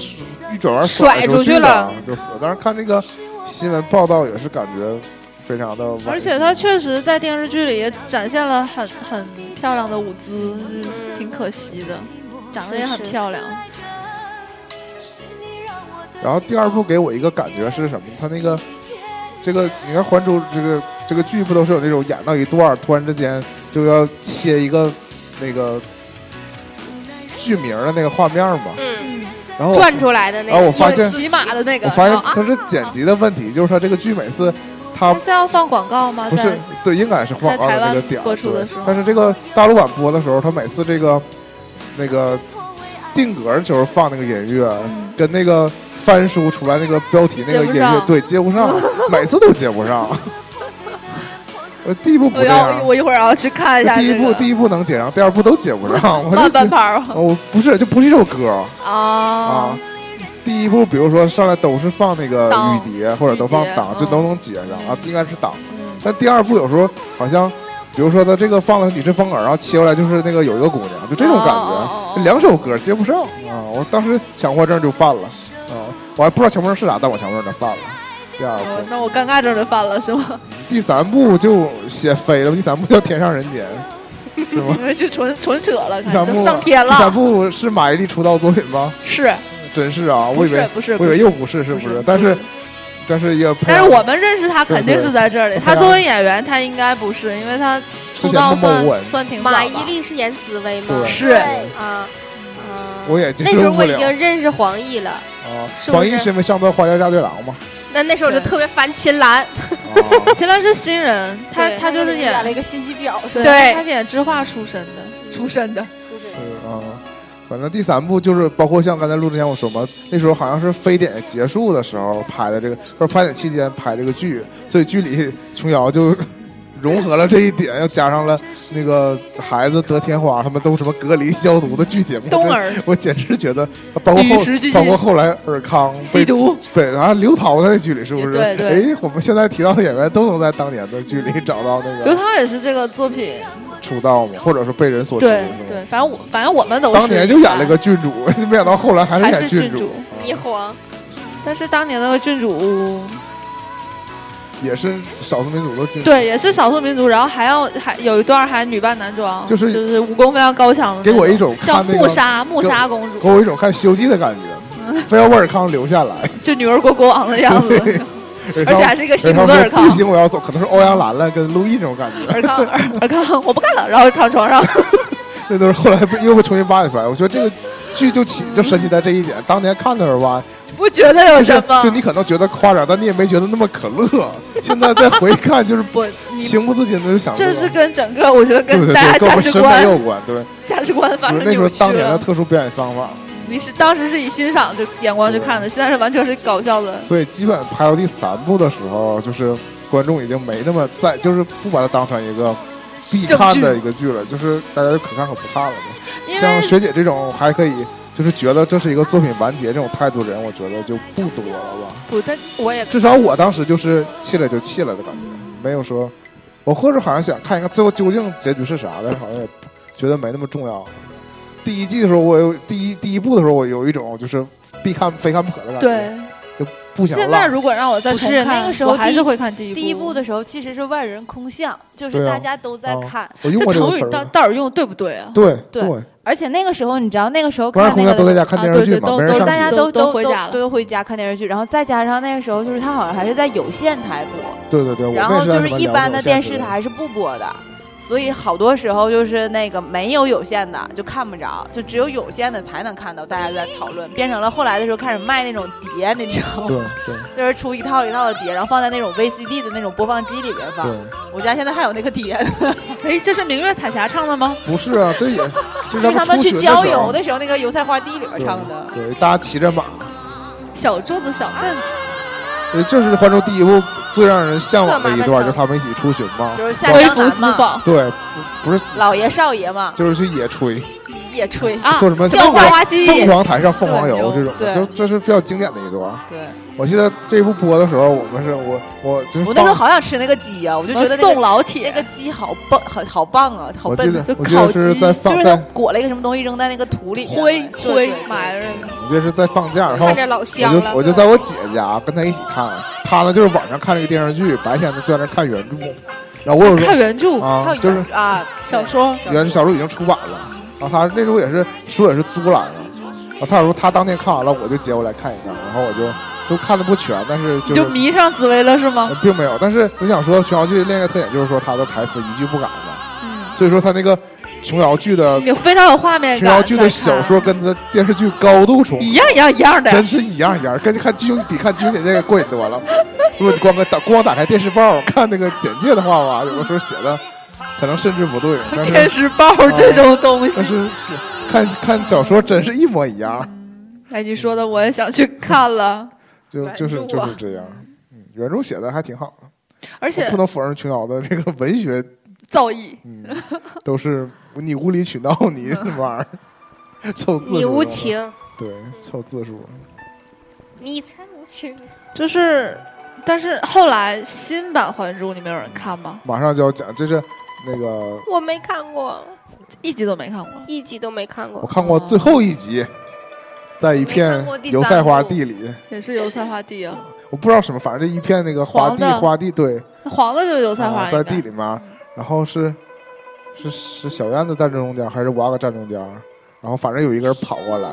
[SPEAKER 1] 一转弯
[SPEAKER 2] 甩
[SPEAKER 1] 出
[SPEAKER 2] 出去
[SPEAKER 1] 了
[SPEAKER 2] 了，
[SPEAKER 1] 就死了。当时看这个新闻报道也是感觉非常的惋惜。
[SPEAKER 4] 而且她确实在电视剧里也展现了很很漂亮的舞姿，就是挺可惜的，长得也很
[SPEAKER 2] 是
[SPEAKER 4] 漂亮。
[SPEAKER 1] 然后第二部给我一个感觉是什么？他那个这个，你看《还珠》这个这个剧不都是有那种演到一段儿，突然之间就要切一个那个剧名儿的那个画面嘛？
[SPEAKER 2] 嗯，
[SPEAKER 1] 然后我
[SPEAKER 2] 转出来的那
[SPEAKER 1] 啊
[SPEAKER 2] 个，
[SPEAKER 1] 哦我发现
[SPEAKER 4] 骑马的那个，
[SPEAKER 1] 我发现
[SPEAKER 4] 啊
[SPEAKER 1] 它是剪辑的问题，就是它这个剧每次它
[SPEAKER 4] 啊是要放广告吗？
[SPEAKER 1] 不是
[SPEAKER 4] 在
[SPEAKER 1] 对，应该是放广告的那个点儿
[SPEAKER 4] 播出的
[SPEAKER 1] 对
[SPEAKER 4] 时候
[SPEAKER 1] 但是这个大陆版播的时候，它每次这个那个定格的时候放那个音乐，跟那个翻书出来那个标题那个
[SPEAKER 4] 嗯接不
[SPEAKER 1] 音乐
[SPEAKER 4] 上
[SPEAKER 1] 对接不上，每次都接不上。 呃，第一部不
[SPEAKER 4] 我
[SPEAKER 1] 这
[SPEAKER 4] 要
[SPEAKER 1] 样，
[SPEAKER 4] 我一会儿要去看一下
[SPEAKER 1] 第一
[SPEAKER 4] 这
[SPEAKER 1] 部
[SPEAKER 4] 个
[SPEAKER 1] 第一部能接上，第二部都接不 上，我就
[SPEAKER 4] 慢半
[SPEAKER 1] 觉
[SPEAKER 4] 拍儿吗
[SPEAKER 1] 我不是就不是一首歌哦啊
[SPEAKER 4] 啊。
[SPEAKER 1] 第一部比如说上来都是放那个
[SPEAKER 4] 档
[SPEAKER 1] 雨蝶或者都放
[SPEAKER 4] 雨蝶
[SPEAKER 1] 档，就
[SPEAKER 4] 嗯
[SPEAKER 1] 都能接上啊，应该是档。但第二部有时候好像，比如说他这个放的是《女士风格》，然后切过来就是那个有一个姑娘，就这种感
[SPEAKER 4] 哦哦哦
[SPEAKER 1] 觉
[SPEAKER 4] 哦，
[SPEAKER 1] 这两首歌接不上啊！我当时强迫症就犯了啊！我还不知道强迫症是啥，但我强迫症就犯了。第二
[SPEAKER 4] 哦
[SPEAKER 1] 部、
[SPEAKER 4] 那我尴尬症就犯了是吗？
[SPEAKER 1] 第三部就写飞了，第三部叫《天上人间》，是吗？
[SPEAKER 4] 因为就纯纯扯了，
[SPEAKER 1] 第三
[SPEAKER 4] 看
[SPEAKER 1] 部
[SPEAKER 4] 都上天
[SPEAKER 1] 第三
[SPEAKER 4] 了，
[SPEAKER 1] 部是马伊琍出道作品吗？
[SPEAKER 4] 是
[SPEAKER 1] 真是啊，我
[SPEAKER 4] 不
[SPEAKER 1] 以为
[SPEAKER 4] 是不是
[SPEAKER 1] 我
[SPEAKER 4] 不
[SPEAKER 1] 以为
[SPEAKER 4] 是？
[SPEAKER 1] 又不是，是不是？但是但是也
[SPEAKER 4] 但是我们认识他肯定是在这里。
[SPEAKER 1] 对对
[SPEAKER 4] 他作为演员，他应该不是，因为他
[SPEAKER 1] 之
[SPEAKER 4] 出
[SPEAKER 1] 前
[SPEAKER 4] 道
[SPEAKER 1] 默默
[SPEAKER 4] 算
[SPEAKER 1] 无闻，
[SPEAKER 4] 算挺早吧
[SPEAKER 2] 马伊琍是演紫薇吗
[SPEAKER 1] 对？
[SPEAKER 4] 是
[SPEAKER 2] 啊，啊
[SPEAKER 1] 我也接
[SPEAKER 2] 那时
[SPEAKER 1] 受
[SPEAKER 2] 候
[SPEAKER 1] 不
[SPEAKER 2] 我已
[SPEAKER 1] 了
[SPEAKER 2] 经认识黄奕了，
[SPEAKER 1] 啊。
[SPEAKER 2] 是不
[SPEAKER 1] 黄奕
[SPEAKER 2] 是
[SPEAKER 1] 是因为上段《花家嫁对郎》吗？
[SPEAKER 2] 那那时候我就特别烦秦岚，
[SPEAKER 1] 啊。
[SPEAKER 4] 秦岚是新人，他
[SPEAKER 2] 对
[SPEAKER 4] 他就是
[SPEAKER 3] 演了一
[SPEAKER 4] 演
[SPEAKER 3] 个信息表，是
[SPEAKER 4] 对
[SPEAKER 3] 吧？
[SPEAKER 2] 对
[SPEAKER 4] 他是演知画出身的，出身的
[SPEAKER 1] 对啊，反正第三部就是包括像刚才录之前我说嘛，那时候好像是非典结束的时候拍的这个，或者非典期间拍这个剧，所以剧里琼瑶就融合了这一点，又加上了那个孩子得天花，他们都什么隔离消毒的剧情，我
[SPEAKER 4] 冬
[SPEAKER 1] 真
[SPEAKER 4] 儿
[SPEAKER 1] 我简直觉得，包括
[SPEAKER 4] 与
[SPEAKER 1] 后
[SPEAKER 4] 时俱进
[SPEAKER 1] 包括后来尔康
[SPEAKER 4] 吸
[SPEAKER 1] 被
[SPEAKER 4] 毒，
[SPEAKER 1] 对，然后刘涛在那剧里是不是？
[SPEAKER 4] 对对
[SPEAKER 1] 哎，我们现在提到的演员都能在当年的剧里找到那
[SPEAKER 4] 刘
[SPEAKER 1] 个
[SPEAKER 4] 涛也是这个作品，
[SPEAKER 1] 出道嘛，或者是被人所知，
[SPEAKER 4] 对
[SPEAKER 1] 是吧
[SPEAKER 4] 对，反正我反正我们都是啊
[SPEAKER 1] 当年就演了个郡主，没想到后来还是
[SPEAKER 4] 还
[SPEAKER 1] 演
[SPEAKER 4] 是郡
[SPEAKER 1] 主
[SPEAKER 4] 主，
[SPEAKER 2] 一晃
[SPEAKER 4] 但是当年那个郡主，
[SPEAKER 1] 也是少数民族的郡主。
[SPEAKER 4] 对，也是少数民族，然后还要还有一段还女扮男装，
[SPEAKER 1] 就是
[SPEAKER 4] 就是武功非常高强的那
[SPEAKER 1] 给
[SPEAKER 4] 种，
[SPEAKER 1] 我一种
[SPEAKER 4] 叫
[SPEAKER 1] 看那
[SPEAKER 4] 穆
[SPEAKER 1] 个，
[SPEAKER 4] 莎穆莎公
[SPEAKER 1] 给
[SPEAKER 4] 主，
[SPEAKER 1] 我一种看《西游记》的感觉，非要沃尔康留下来，
[SPEAKER 4] 就女儿国国王的样子，
[SPEAKER 1] 而
[SPEAKER 4] 而且还是一个吸
[SPEAKER 1] 然
[SPEAKER 4] 毒
[SPEAKER 1] 后
[SPEAKER 4] 的尔
[SPEAKER 1] 说不
[SPEAKER 4] 康，
[SPEAKER 1] 行，我要走，可能是欧阳兰兰跟陆毅那种感觉，
[SPEAKER 4] 尔康 尔尔康，我不干了，然后躺床上，
[SPEAKER 1] 那都是后来被又被重新扒出来。我觉得这个剧就起
[SPEAKER 4] 嗯
[SPEAKER 1] 就神奇在这一点，当年看的时候吧，
[SPEAKER 4] 不觉得有
[SPEAKER 1] 就
[SPEAKER 4] 什
[SPEAKER 1] 是
[SPEAKER 4] 么
[SPEAKER 1] 就，你可能觉得夸张，但你也没觉得那么可乐。现在再回看，就是
[SPEAKER 4] 不，你
[SPEAKER 1] 情不自禁的就想
[SPEAKER 4] 这是
[SPEAKER 1] 个。
[SPEAKER 4] 跟整个我觉得
[SPEAKER 1] 对
[SPEAKER 4] 跟
[SPEAKER 1] 对
[SPEAKER 4] 大
[SPEAKER 1] 对，
[SPEAKER 4] 家
[SPEAKER 1] 跟我
[SPEAKER 4] 价
[SPEAKER 1] 们
[SPEAKER 4] 值
[SPEAKER 1] 审美
[SPEAKER 4] 观
[SPEAKER 1] 有关，对，
[SPEAKER 4] 价值观发
[SPEAKER 1] 就
[SPEAKER 4] 生
[SPEAKER 1] 是那时
[SPEAKER 4] 扭
[SPEAKER 1] 候
[SPEAKER 4] 曲
[SPEAKER 1] 当年的
[SPEAKER 4] 了，
[SPEAKER 1] 特殊表演方法，
[SPEAKER 4] 你是当时是以欣赏的眼光去看的，现在是完全是搞笑的，
[SPEAKER 1] 所以基本拍到第三部的时候，就是观众已经没那么在，就是不把它当成一个必看的一个剧了，就是大家就可看可不看了嘛。
[SPEAKER 4] 因
[SPEAKER 1] 像
[SPEAKER 4] 为
[SPEAKER 1] 学姐这种还可以，就是觉得这是一个作品完结这种态度的人，我觉得就不多了吧。
[SPEAKER 4] 不，但我也
[SPEAKER 1] 至少我当时就是气了就气了的感觉，没有说，我或者好像想看一看最后究竟结局是啥，但是好像也觉得没那么重要。第一季的时候，我有第一第一部的时候，我有一种就是必看非看不可的感觉，
[SPEAKER 4] 对。
[SPEAKER 1] 不想
[SPEAKER 4] 现
[SPEAKER 1] 浪
[SPEAKER 4] 在如果让我再
[SPEAKER 3] 不
[SPEAKER 4] 重
[SPEAKER 3] 是
[SPEAKER 4] 看，
[SPEAKER 3] 那个时候
[SPEAKER 4] 我还
[SPEAKER 3] 第一
[SPEAKER 4] 是会看第一
[SPEAKER 3] 第一部
[SPEAKER 4] 的。
[SPEAKER 3] 的时候其实是万人空巷，就是
[SPEAKER 1] 对啊
[SPEAKER 3] 大家都在
[SPEAKER 1] 啊
[SPEAKER 3] 看，
[SPEAKER 1] 我用
[SPEAKER 4] 这
[SPEAKER 1] 过这个
[SPEAKER 4] 成
[SPEAKER 1] 词
[SPEAKER 4] 语
[SPEAKER 1] 儿
[SPEAKER 4] 到
[SPEAKER 1] 了。
[SPEAKER 4] 到底用对不对啊？
[SPEAKER 1] 对
[SPEAKER 3] 对
[SPEAKER 1] 对，
[SPEAKER 3] 而且那个时候你知道那个时候
[SPEAKER 1] 不然
[SPEAKER 3] 看
[SPEAKER 1] 空
[SPEAKER 3] 那
[SPEAKER 1] 间都在
[SPEAKER 3] 个。
[SPEAKER 1] 家看电视剧嘛，
[SPEAKER 4] 啊
[SPEAKER 1] 没人
[SPEAKER 4] 对对
[SPEAKER 1] 上
[SPEAKER 4] 都
[SPEAKER 3] 大
[SPEAKER 1] 学。
[SPEAKER 3] 家都
[SPEAKER 4] 都都
[SPEAKER 3] 都
[SPEAKER 4] 回
[SPEAKER 3] 都
[SPEAKER 4] 家了
[SPEAKER 3] 都回家看电视剧，然后再加上那个时候就是他好像还是在有线台播，
[SPEAKER 1] 对对对，我
[SPEAKER 3] 然
[SPEAKER 1] 那
[SPEAKER 3] 后
[SPEAKER 1] 时候
[SPEAKER 3] 就是
[SPEAKER 1] 什么
[SPEAKER 3] 一
[SPEAKER 1] 了
[SPEAKER 3] 般
[SPEAKER 1] 解
[SPEAKER 3] 的
[SPEAKER 1] 我
[SPEAKER 3] 电
[SPEAKER 1] 现
[SPEAKER 3] 视
[SPEAKER 1] 在
[SPEAKER 3] 台是不播的，所以好多时候就是那个没有有线的就看不着，就只有有线的才能看到大家在讨论，变成了后来的时候开始卖那种碟，你知道吗？
[SPEAKER 1] 对对
[SPEAKER 3] 就是出一套一套的碟，然后放在那种 VCD 的那种播放机里边放。
[SPEAKER 1] 对，
[SPEAKER 3] 我家现在还有那个碟，
[SPEAKER 4] 哎，这是明月彩霞唱的吗？
[SPEAKER 1] 不是啊，这也这
[SPEAKER 3] 就是是他们
[SPEAKER 1] 初
[SPEAKER 3] 去
[SPEAKER 1] 学
[SPEAKER 3] 郊
[SPEAKER 1] 时候
[SPEAKER 3] 游的时候，那个油菜花地里边唱的。
[SPEAKER 1] 对，大家骑着马，
[SPEAKER 4] 小桌子小凳子，
[SPEAKER 3] 啊
[SPEAKER 1] 呃这是《还珠》第一部最让人向往的一
[SPEAKER 2] 策马
[SPEAKER 1] 段，
[SPEAKER 2] 奔
[SPEAKER 1] 就
[SPEAKER 2] 腾
[SPEAKER 1] 他们一起出巡嘛。
[SPEAKER 3] 就是下
[SPEAKER 4] 微
[SPEAKER 3] 江
[SPEAKER 4] 服
[SPEAKER 3] 南
[SPEAKER 4] 私
[SPEAKER 3] 嘛，
[SPEAKER 4] 访
[SPEAKER 1] 对，不不是，
[SPEAKER 3] 老爷少爷嘛，
[SPEAKER 1] 就是去野炊，
[SPEAKER 3] 野炊。
[SPEAKER 4] 啊，
[SPEAKER 1] 做什么
[SPEAKER 4] 叫
[SPEAKER 1] 凤
[SPEAKER 4] 娃
[SPEAKER 1] 凰
[SPEAKER 4] 娃机，
[SPEAKER 1] 凤凰台上凤凰游这
[SPEAKER 3] 对
[SPEAKER 1] 种的，
[SPEAKER 3] 对
[SPEAKER 1] 就这是比较经典的一段。
[SPEAKER 3] 对，
[SPEAKER 1] 我记得这一部播的时候，我们是我我就是
[SPEAKER 3] 我那时
[SPEAKER 1] 放
[SPEAKER 3] 候好想吃那个鸡啊，我就觉得那
[SPEAKER 4] 宋
[SPEAKER 3] 个
[SPEAKER 4] 老
[SPEAKER 3] 那
[SPEAKER 4] 铁，
[SPEAKER 3] 个鸡好棒，好好棒啊，好
[SPEAKER 1] 我记
[SPEAKER 3] 笨
[SPEAKER 1] 得
[SPEAKER 3] 啊。
[SPEAKER 4] 就
[SPEAKER 1] 我记得
[SPEAKER 4] 烤
[SPEAKER 1] 是
[SPEAKER 4] 鸡
[SPEAKER 1] 在
[SPEAKER 3] 就
[SPEAKER 1] 放
[SPEAKER 3] 是他
[SPEAKER 1] 在
[SPEAKER 3] 裹了一个什么东西扔在那个土里面对
[SPEAKER 4] 灰灰
[SPEAKER 3] 对对
[SPEAKER 4] 埋着，
[SPEAKER 1] 我记得是在放假，然后
[SPEAKER 2] 看着老
[SPEAKER 1] 我
[SPEAKER 2] 香
[SPEAKER 1] 就
[SPEAKER 2] 了
[SPEAKER 1] 我。就在我姐家跟她一起看，他呢就是晚上看这个电视剧，白天呢就在那看原著。然后我有时
[SPEAKER 4] 看原著、
[SPEAKER 1] 候啊，
[SPEAKER 3] 还有
[SPEAKER 1] 就是
[SPEAKER 3] 原啊
[SPEAKER 4] 小说，
[SPEAKER 1] 原小说已经出版了，然后他那时候也是书也是租来的，然后他说他当天看完了，我就接过来看一看，然后我就就看的不全，但是就是
[SPEAKER 4] 你就迷上紫薇了是吗
[SPEAKER 1] 呃？并没有，但是我想说琼瑶剧另一个特点就是说他的台词一句不改嘛，
[SPEAKER 4] 嗯，
[SPEAKER 1] 所以说他那个琼瑶剧的
[SPEAKER 4] 你非常有画面感。
[SPEAKER 1] 琼瑶剧的
[SPEAKER 4] 再看
[SPEAKER 1] 小说跟他电视剧高度重合
[SPEAKER 4] 一。样一样一样的，
[SPEAKER 1] 真是一样一样，跟看剧情比看剧情简介过瘾多了。如果你光个打光打开电视报看那个简介的话吧，有的时候写的可能甚至不 对，但
[SPEAKER 4] 电
[SPEAKER 1] 是
[SPEAKER 4] 视报这种东西
[SPEAKER 1] 但。是写看看小说真是一模一样，
[SPEAKER 4] 哎，你说的我也想去看了，
[SPEAKER 1] 就
[SPEAKER 3] 原
[SPEAKER 1] 就
[SPEAKER 3] 著
[SPEAKER 1] 是
[SPEAKER 3] 啊
[SPEAKER 1] 就是这样。嗯，原著写的还挺好的，
[SPEAKER 4] 而
[SPEAKER 1] 我
[SPEAKER 4] 且
[SPEAKER 1] 不能否认琼瑶的这个文学，
[SPEAKER 4] 造诣，
[SPEAKER 1] 嗯，都是你无理取闹， 你这玩意儿凑字数，
[SPEAKER 2] 你无，情，
[SPEAKER 1] 对，凑字数。
[SPEAKER 2] 你才无情。
[SPEAKER 4] 就是，但是后来新版《还珠》你们有人看吗？
[SPEAKER 1] 马上就要讲，这是那个
[SPEAKER 2] 我没看过，
[SPEAKER 4] 一集都没看过。
[SPEAKER 2] 一集都没看
[SPEAKER 1] 我
[SPEAKER 2] 过。
[SPEAKER 1] 看过最后一集，在一
[SPEAKER 3] 没
[SPEAKER 1] 片
[SPEAKER 3] 看过第三
[SPEAKER 1] 油菜花
[SPEAKER 3] 部
[SPEAKER 1] 地里，
[SPEAKER 4] 也是油菜花地啊，
[SPEAKER 1] 我不知道什么，反正这一片那个花
[SPEAKER 4] 黄
[SPEAKER 1] 地
[SPEAKER 4] 的
[SPEAKER 1] 花地对，
[SPEAKER 4] 那黄的就是油菜花
[SPEAKER 1] 啊
[SPEAKER 4] 应
[SPEAKER 1] 在
[SPEAKER 4] 该，
[SPEAKER 1] 地里面，然后是是是小燕子站正中间，还是五阿哥站中间？然后反正有一个人跑过来，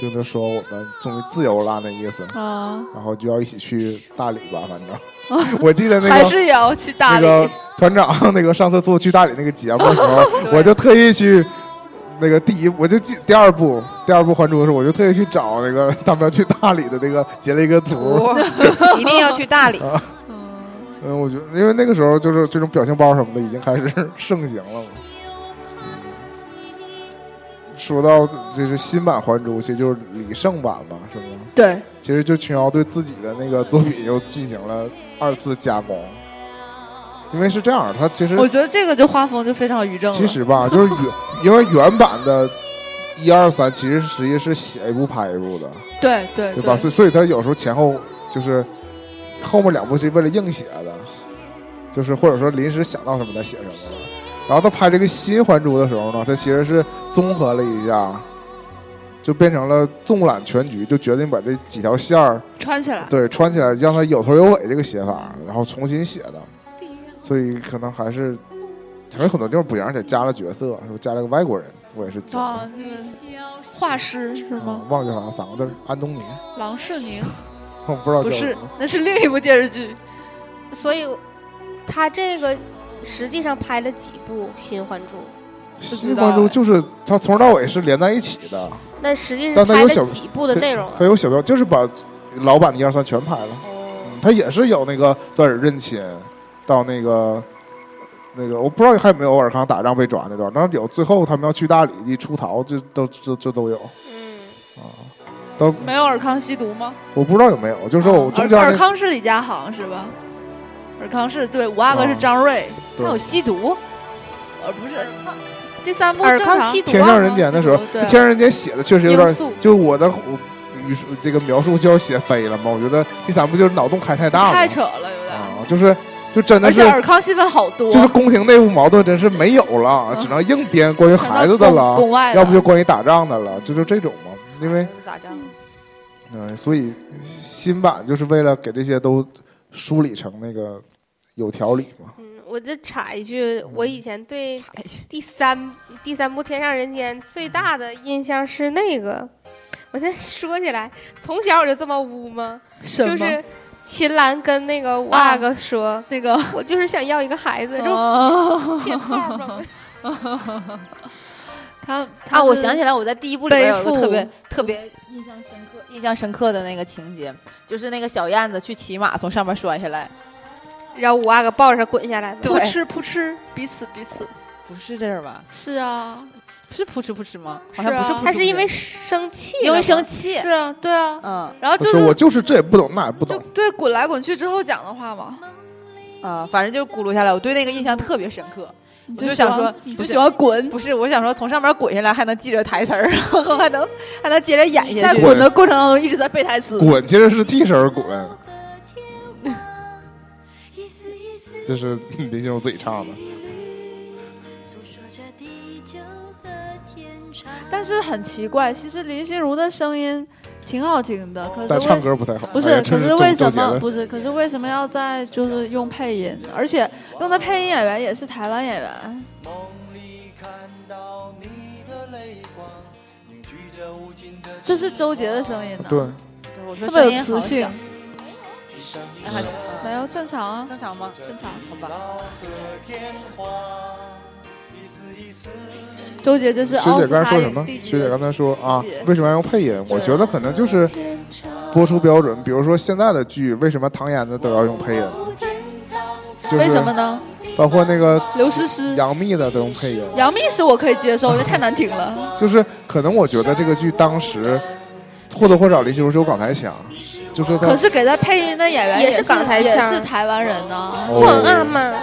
[SPEAKER 1] 就是说我们终于自由啦那意思，
[SPEAKER 4] 啊，
[SPEAKER 1] 然后就要一起去大理吧，反正我记得那
[SPEAKER 4] 哦还
[SPEAKER 1] 个
[SPEAKER 4] 是也要去
[SPEAKER 1] 那
[SPEAKER 4] 大理。
[SPEAKER 1] 个团长 那个上次做去大理那个节目的时 候，我就特意去。那个第一，我就记第二部，第二部《还珠》的时候，我就特意去找那个 他们要去大理的那个截了一个图，
[SPEAKER 3] 图，一定要去大理。
[SPEAKER 4] 嗯，
[SPEAKER 1] 嗯，我觉得，因为那个时候就是这种表情包什么的已经开始 盛行了嘛。说到这是新版《还珠》，其实就是李胜版吧，是吗？
[SPEAKER 4] 对，
[SPEAKER 1] 其实就琼瑶对自己的那个作品又进行了二次加工，因为是这样，它其实
[SPEAKER 4] 我觉得这个就画风就非常于正了。
[SPEAKER 1] 嗯其实吧，就是原因为原版的一二三其实实际是写一部拍一部的，
[SPEAKER 4] 对对
[SPEAKER 1] 对吧？所以所以他有时候前后就是后面两部是为了硬写的，就是或者说临时想到什么再写什么的。然后他拍这个新《还珠》的时候呢，他其实是综合了一下，就变成了纵览全局，就决定把这几条线儿
[SPEAKER 4] 穿起来，
[SPEAKER 1] 对穿起来，让它有头有尾这个写法，然后重新写的。所以可能还是可能有很多地方不一样，而且加了角色，是不是加了个外国人？我也是加的，
[SPEAKER 4] 啊，那个画师是
[SPEAKER 1] 嗯
[SPEAKER 4] 吗？
[SPEAKER 1] 忘记好像三个字儿，安东尼，
[SPEAKER 4] 郎世宁
[SPEAKER 1] 我不知道
[SPEAKER 4] 不
[SPEAKER 1] 叫什
[SPEAKER 4] 是
[SPEAKER 1] 么。，
[SPEAKER 4] 那是另一部电视剧。
[SPEAKER 2] 所以，他这个实际上拍了几部《新还珠》，
[SPEAKER 1] 新关注就是它从头到尾是连在一起的，
[SPEAKER 2] 那实际是
[SPEAKER 1] 但它
[SPEAKER 2] 拍
[SPEAKER 1] 有
[SPEAKER 2] 了
[SPEAKER 1] 小
[SPEAKER 2] 几部的内容啊
[SPEAKER 1] 它？有小标，就是把老版的一二三全拍了。嗯它也是有那个钻耳认亲，到那个那个我不知道还有没有尔康打仗被抓那段，但是有最后他们要去大理一出逃，这都这这都有
[SPEAKER 2] 嗯，
[SPEAKER 1] 啊。到
[SPEAKER 4] 没有尔康吸毒吗？
[SPEAKER 1] 我不知道有没有，就是说我中间
[SPEAKER 4] 尔尔
[SPEAKER 1] 那
[SPEAKER 4] 康是李佳航是吧？尔康是对，五阿哥
[SPEAKER 1] 啊
[SPEAKER 4] 是张瑞，
[SPEAKER 1] 对
[SPEAKER 3] 还有吸毒，
[SPEAKER 4] 呃，不是第三部
[SPEAKER 3] 尔
[SPEAKER 4] 正
[SPEAKER 3] 康
[SPEAKER 4] 常
[SPEAKER 3] 吸毒
[SPEAKER 1] 天上
[SPEAKER 3] 啊，
[SPEAKER 1] 人间的时候，
[SPEAKER 4] 王思
[SPEAKER 1] 天
[SPEAKER 4] 聪对
[SPEAKER 1] 上人间写的确实有
[SPEAKER 4] 罂
[SPEAKER 1] 点，
[SPEAKER 4] 粟
[SPEAKER 1] 就是我的我语数这个描述就要写飞了嘛。我觉得第三部就是脑洞开太大了，
[SPEAKER 4] 太扯了，有点。
[SPEAKER 1] 啊，就是就真的
[SPEAKER 4] 而
[SPEAKER 1] 是
[SPEAKER 4] 且尔康戏份好多，
[SPEAKER 1] 就是宫廷内部矛盾真是没有了，
[SPEAKER 4] 嗯
[SPEAKER 1] 只能硬编关于
[SPEAKER 4] 全都
[SPEAKER 1] 孩子的
[SPEAKER 4] 宫
[SPEAKER 1] 了，啊
[SPEAKER 4] 宫外的
[SPEAKER 1] 要不就关于打仗的了，就是这种嘛。因为
[SPEAKER 3] 咋着？
[SPEAKER 1] 嗯、所以新版就是为了给这些都梳理成那个有条理嘛。
[SPEAKER 2] 嗯，我再插一句，我以前对第三第三部《天上人间》最大的印象是那个，我现在说起来，从小我就这么污吗？
[SPEAKER 4] 什么
[SPEAKER 2] 就是秦岚跟那个五阿哥说，
[SPEAKER 4] 那个
[SPEAKER 2] 我就是想要一个孩子，这
[SPEAKER 4] 哦
[SPEAKER 2] 不骗炮 吗？
[SPEAKER 4] 他他
[SPEAKER 3] 啊，我
[SPEAKER 4] 是
[SPEAKER 3] 想起来，我在第一部里面有一个
[SPEAKER 4] 背负
[SPEAKER 3] 特别特别印象深刻、印象深刻的那个情节，就是那个小燕子去骑马从上面摔下来，
[SPEAKER 2] 然后五阿哥抱着他滚下来嘛。
[SPEAKER 4] 扑
[SPEAKER 3] 对
[SPEAKER 4] 哧扑哧，彼此彼此。
[SPEAKER 3] 不是这儿吧？
[SPEAKER 4] 是啊，
[SPEAKER 3] 是扑哧扑哧吗？
[SPEAKER 4] 是
[SPEAKER 3] 好
[SPEAKER 4] 啊
[SPEAKER 3] 像不是扑哧扑哧，
[SPEAKER 2] 他是因为生气了吗，
[SPEAKER 3] 因为生气
[SPEAKER 4] 是，啊，对啊。
[SPEAKER 3] 嗯
[SPEAKER 4] 然后
[SPEAKER 1] 我
[SPEAKER 4] 就
[SPEAKER 1] 说我
[SPEAKER 4] 是
[SPEAKER 1] 就是这也不懂那也不
[SPEAKER 4] 就
[SPEAKER 1] 懂，
[SPEAKER 4] 对滚来滚去之后讲的话嘛，
[SPEAKER 3] 啊，反正就咕噜下来，我对那个印象特别深刻。
[SPEAKER 4] 你
[SPEAKER 3] 就
[SPEAKER 4] 喜欢
[SPEAKER 3] 想说
[SPEAKER 4] 你
[SPEAKER 3] 不
[SPEAKER 4] 就是喜欢滚，
[SPEAKER 3] 不是，我想说从上面滚下来还能记着台词儿，然后还能还能接着演下
[SPEAKER 4] 在
[SPEAKER 3] 去。
[SPEAKER 1] 滚
[SPEAKER 4] 滚的过程当中一直在背台词。
[SPEAKER 1] 滚其实是替身儿滚，这是嗯林心如自己唱的。
[SPEAKER 4] 但是很奇怪，其实林心如的声音挺好听的，可是
[SPEAKER 1] 但
[SPEAKER 4] 为
[SPEAKER 1] 唱歌不太好。
[SPEAKER 4] 不
[SPEAKER 1] 哎
[SPEAKER 4] 是，
[SPEAKER 1] 呀
[SPEAKER 4] 可
[SPEAKER 1] 这
[SPEAKER 4] 是
[SPEAKER 1] 是
[SPEAKER 4] 为
[SPEAKER 1] 周
[SPEAKER 4] 什
[SPEAKER 1] 杰
[SPEAKER 4] 么
[SPEAKER 1] 的
[SPEAKER 4] 不是？可是为什么要在就是用配音？而且用的配音演员也是台湾演员，
[SPEAKER 6] 梦里看到你的泪光，凝聚着无尽的
[SPEAKER 4] 这是周杰的声音呢，
[SPEAKER 1] 对，
[SPEAKER 3] 对我说
[SPEAKER 4] 特
[SPEAKER 3] 声
[SPEAKER 4] 别有
[SPEAKER 3] 音
[SPEAKER 4] 磁
[SPEAKER 3] 好
[SPEAKER 4] 性
[SPEAKER 3] 小，，
[SPEAKER 6] 一生一
[SPEAKER 3] 哎还
[SPEAKER 6] 世
[SPEAKER 4] 没有正常啊，
[SPEAKER 3] 正常吗？
[SPEAKER 4] 正常。
[SPEAKER 3] 好吧。
[SPEAKER 6] 老和天荒，一丝一丝
[SPEAKER 4] 周杰这是
[SPEAKER 1] 学
[SPEAKER 4] 奥
[SPEAKER 1] 姐
[SPEAKER 4] 斯
[SPEAKER 1] 刚才
[SPEAKER 4] 卡
[SPEAKER 1] 说什么？
[SPEAKER 4] 第一
[SPEAKER 1] 学姐刚才说啊
[SPEAKER 4] 是，
[SPEAKER 1] 为什么要用配音？
[SPEAKER 4] 啊
[SPEAKER 1] 我觉得可能就是
[SPEAKER 5] 天长
[SPEAKER 1] 播出标准，比如说现在的剧，为什么唐嫣的都要用配音？
[SPEAKER 5] 珍藏在
[SPEAKER 1] 就是
[SPEAKER 4] 为什么呢？
[SPEAKER 1] 包括那个
[SPEAKER 4] 刘诗诗、
[SPEAKER 1] 杨幂的都用配音，
[SPEAKER 4] 杨幂是我可以接受，因为太难听了。
[SPEAKER 1] 就是可能我觉得这个剧当时或多或少的就是有港台腔，就是它
[SPEAKER 4] 可是给他配音的演员
[SPEAKER 2] 也
[SPEAKER 4] 是
[SPEAKER 2] 是港台
[SPEAKER 4] 也
[SPEAKER 2] 腔
[SPEAKER 4] 是台湾人呢，
[SPEAKER 1] 哦
[SPEAKER 2] 混啊嘛，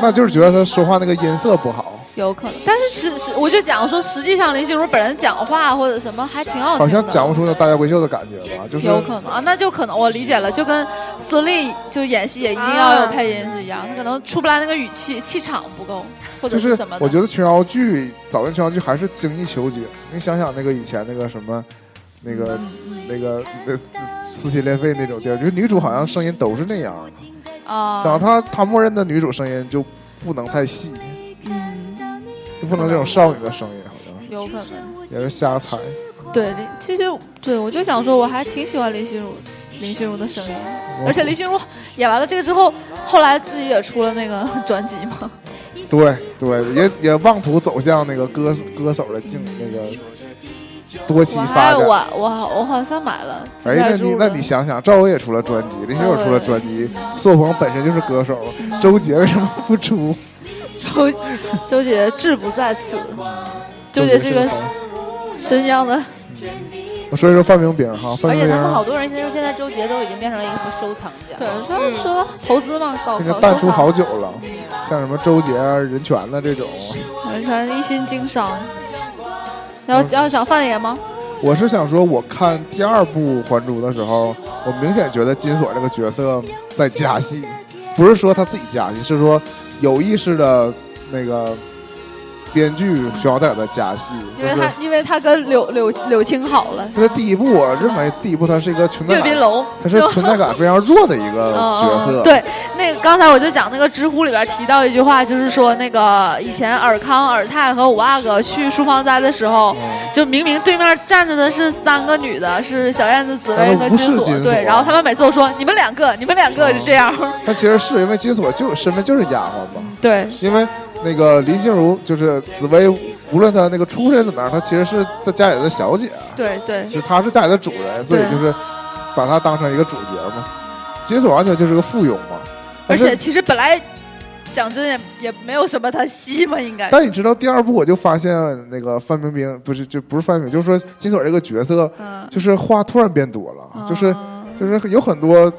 [SPEAKER 1] 那就是觉得他说话那个音色不好，
[SPEAKER 4] 有可能。但是实实，我就讲说，实际上林心如本人讲话或者什么还挺好
[SPEAKER 1] 好
[SPEAKER 4] 听的，
[SPEAKER 1] 像讲不出那大家闺秀的感觉吧？就是
[SPEAKER 4] 哦有可能啊，那就可能我理解了，就跟孙俪就演戏也一定要有配音是一样，她可能出不来那个语气，气场不够或者
[SPEAKER 1] 就是
[SPEAKER 4] 什么的。
[SPEAKER 1] 我觉得琼瑶剧早年琼瑶剧还是精益求精。你想想那个以前那个什么，那个
[SPEAKER 4] 嗯
[SPEAKER 1] 那个那撕心裂肺那种地儿，就是女主好像声音都是那样儿，
[SPEAKER 4] 啊，
[SPEAKER 1] 然后她她默认的女主声音就不能太细，
[SPEAKER 4] 嗯，
[SPEAKER 1] 就不能这种少女的声音，好像
[SPEAKER 4] 有可能。
[SPEAKER 1] 是也是瞎猜。
[SPEAKER 4] 对，林其实对我就想说，我还挺喜欢林心如，林心如的声音，
[SPEAKER 1] 哦
[SPEAKER 4] 而且林心如演完了这个之后，后来自己也出了那个 专辑嘛，
[SPEAKER 1] 对对，也也妄图走向那个歌歌手的境那个多期
[SPEAKER 4] 我
[SPEAKER 1] 发
[SPEAKER 4] 还
[SPEAKER 1] 展。
[SPEAKER 4] 我我好我好像买了，记
[SPEAKER 1] 哎，
[SPEAKER 4] 不太
[SPEAKER 1] 那你
[SPEAKER 4] 住
[SPEAKER 1] 那
[SPEAKER 4] 了
[SPEAKER 1] 你想想，赵薇也出了专辑，林心如也出了专辑，苏有朋本身就是歌手，周杰为什么不出？
[SPEAKER 4] 周周杰志不在此，周杰
[SPEAKER 1] 杰
[SPEAKER 4] 这个神一样的。
[SPEAKER 1] 我说一说范冰冰哈，
[SPEAKER 3] 而
[SPEAKER 1] 范
[SPEAKER 3] 且
[SPEAKER 1] 冰
[SPEAKER 3] 他们好
[SPEAKER 1] 冰
[SPEAKER 3] 多人现在现在周杰都已经变成了一个收藏家，
[SPEAKER 4] 对，说说到投资嘛，搞
[SPEAKER 1] 现在
[SPEAKER 4] 搞
[SPEAKER 1] 淡
[SPEAKER 4] 收
[SPEAKER 1] 出
[SPEAKER 4] 藏，
[SPEAKER 1] 好久了，像什么周杰啊、任泉的这种，啊
[SPEAKER 4] 完全一心经商。要
[SPEAKER 1] 嗯
[SPEAKER 4] 要想范爷吗？
[SPEAKER 1] 我是想说，我看第二部《还珠》的时候，我明显觉得金锁这个角色在加戏，不是说他自己加戏，是说有意识的那个编剧需要在给他加戏，
[SPEAKER 4] 因
[SPEAKER 1] 就
[SPEAKER 4] 为
[SPEAKER 1] 嗯是
[SPEAKER 4] 他因为他跟柳柳柳青好了，
[SPEAKER 1] 这第一部，我认为第一部它是一个存在
[SPEAKER 4] 岳
[SPEAKER 1] 感
[SPEAKER 4] 云龙。
[SPEAKER 1] 他是存在感非常弱的一个呃角
[SPEAKER 4] 嗯嗯
[SPEAKER 1] 色。
[SPEAKER 4] 嗯对，那个刚才我就讲那个知乎里边提到一句话，就是说那个以前尔康、尔泰和五阿哥去书房斋的时候，
[SPEAKER 1] 嗯，
[SPEAKER 4] 就明明对面站着的是三个女的，是小燕子、紫薇和
[SPEAKER 1] 但是不是
[SPEAKER 4] 金锁
[SPEAKER 1] 金，锁
[SPEAKER 4] 对，然后他们每次都说你们两个，你们两个
[SPEAKER 1] 哦
[SPEAKER 4] 就这样，
[SPEAKER 1] 但其实是因为金锁就身份就是丫鬟嘛，
[SPEAKER 4] 对，
[SPEAKER 1] 因为那个林心如就是紫薇，无论她那个出身怎么样，她其实是在家里的小姐，啊
[SPEAKER 4] 对对
[SPEAKER 1] 其实她是家里的主人，所以
[SPEAKER 4] 对
[SPEAKER 1] 就是把她当成一个主角嘛。金锁完全就是个附庸嘛，
[SPEAKER 4] 而
[SPEAKER 1] 但
[SPEAKER 4] 且
[SPEAKER 1] 是
[SPEAKER 4] 其实本来讲真也也没有什么他戏嘛，应该。
[SPEAKER 1] 但你知道第二部我就发现那个范冰冰不是就不是范冰冰，就是说金锁这个角色
[SPEAKER 4] 嗯，
[SPEAKER 1] 就是话突然变多了，就是
[SPEAKER 4] 啊
[SPEAKER 1] 就是有很多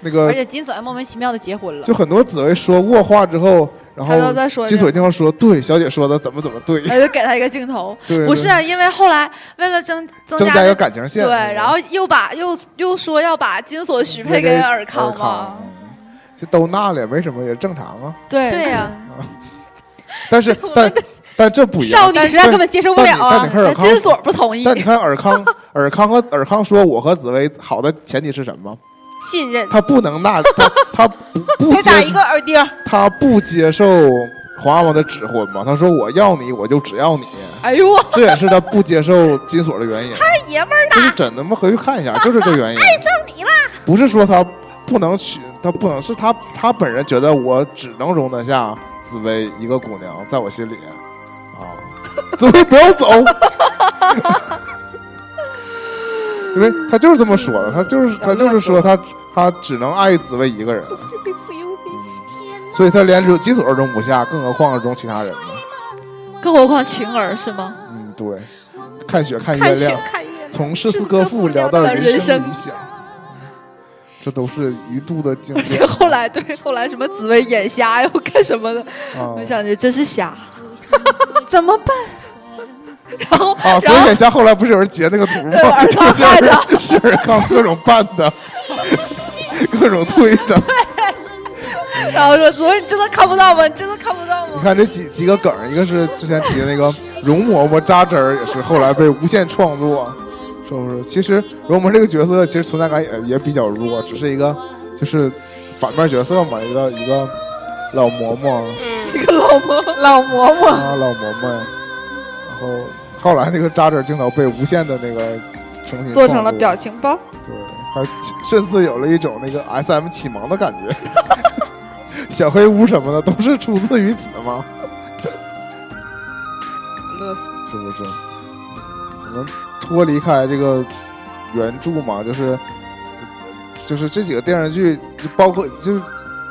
[SPEAKER 1] 那个
[SPEAKER 3] 而且金锁还莫名其妙的结婚了
[SPEAKER 1] 就。很多紫薇说过话之后，然
[SPEAKER 4] 他都
[SPEAKER 1] 后
[SPEAKER 4] 在说
[SPEAKER 1] 金锁一定要说对，小姐说的怎么怎么 对，
[SPEAKER 4] 哎，就给他一个镜头。
[SPEAKER 1] 对，
[SPEAKER 4] 不是
[SPEAKER 1] 对
[SPEAKER 4] 啊，因为后来为了增增
[SPEAKER 1] 增加一
[SPEAKER 4] 那
[SPEAKER 1] 个感情线，
[SPEAKER 4] 对，然后又把又又说要把金锁许配给尔康嘛，
[SPEAKER 1] 嗯这都那了，没什么也正常啊。
[SPEAKER 4] 对
[SPEAKER 2] 对呀，
[SPEAKER 1] 但 是但但这不一
[SPEAKER 3] 少
[SPEAKER 1] 样，
[SPEAKER 3] 女时代根本接受不了
[SPEAKER 1] 但你
[SPEAKER 3] 啊！
[SPEAKER 1] 看尔康
[SPEAKER 4] 金，锁不同意，
[SPEAKER 1] 但你看尔 康，尔康和尔康说我和紫薇好的前提是什么？
[SPEAKER 2] 信任。
[SPEAKER 1] 他不能 那他他不不
[SPEAKER 3] 给
[SPEAKER 1] 接
[SPEAKER 3] 打一个耳钉儿，
[SPEAKER 1] 他不接受皇阿玛的指婚嘛？他说我要你，我就只要你。
[SPEAKER 4] 哎呦，
[SPEAKER 1] 这也是他不接受金锁的原因。太
[SPEAKER 4] 爷们
[SPEAKER 1] 儿了，就是真的，我们回去看一下，就是这原因。爱上你
[SPEAKER 4] 了，
[SPEAKER 1] 不是说他不能娶，他不能是他他本人觉得我只能容得下紫薇一个姑娘，在我心里啊，紫薇不要走，因为他就是这么说的，他就是他就是说他他只能爱紫薇一个人，所以他连容金锁都容不下，更何况是容其他人呢？
[SPEAKER 4] 更何况晴儿是吗？
[SPEAKER 1] 嗯，对，看雪看月
[SPEAKER 2] 看雪
[SPEAKER 1] 亮。
[SPEAKER 2] 看月亮，
[SPEAKER 1] 从诗词歌赋聊到人生理想，这都是一度的经
[SPEAKER 4] 而
[SPEAKER 1] 典
[SPEAKER 4] 且后来对后来什么紫薇眼瞎又干什么的，
[SPEAKER 1] 啊
[SPEAKER 4] 我想这真是瞎。
[SPEAKER 3] 怎么办？
[SPEAKER 4] 然后
[SPEAKER 1] 啊！
[SPEAKER 4] 然
[SPEAKER 1] 左
[SPEAKER 4] 后
[SPEAKER 1] 眼瞎后来不是有人截那个图
[SPEAKER 4] 对
[SPEAKER 1] 吗？
[SPEAKER 4] 尔
[SPEAKER 1] 就
[SPEAKER 4] 康害的，
[SPEAKER 1] 是是尔康各种办的，各种推的。
[SPEAKER 4] 然后说紫薇你真的看不到吗？你真的看不到
[SPEAKER 1] 你
[SPEAKER 4] 吗？
[SPEAKER 1] 看这几几个梗儿，一个是之前提的那个容嬷嬷扎针儿，也是后来被无限创作，是不是？其实罗摩这个角色其实存在感也也比较弱，只是一个就是反面角色嘛，一个一个老嬷嬷
[SPEAKER 2] 嗯，
[SPEAKER 3] 这个老嬷老嬷嬷，
[SPEAKER 1] 啊，老嬷嬷，然后后来那个扎针镜头被无限的那个重新
[SPEAKER 7] 做成了
[SPEAKER 1] 创作
[SPEAKER 7] 表情包。
[SPEAKER 1] 对，还甚至有了一种那个 S M 启蒙的感觉。小黑屋什么的都是出自于此吗？
[SPEAKER 3] 乐死！
[SPEAKER 1] 是不是？我们脱离开这个原著嘛，就是就是这几个电视剧，就包括就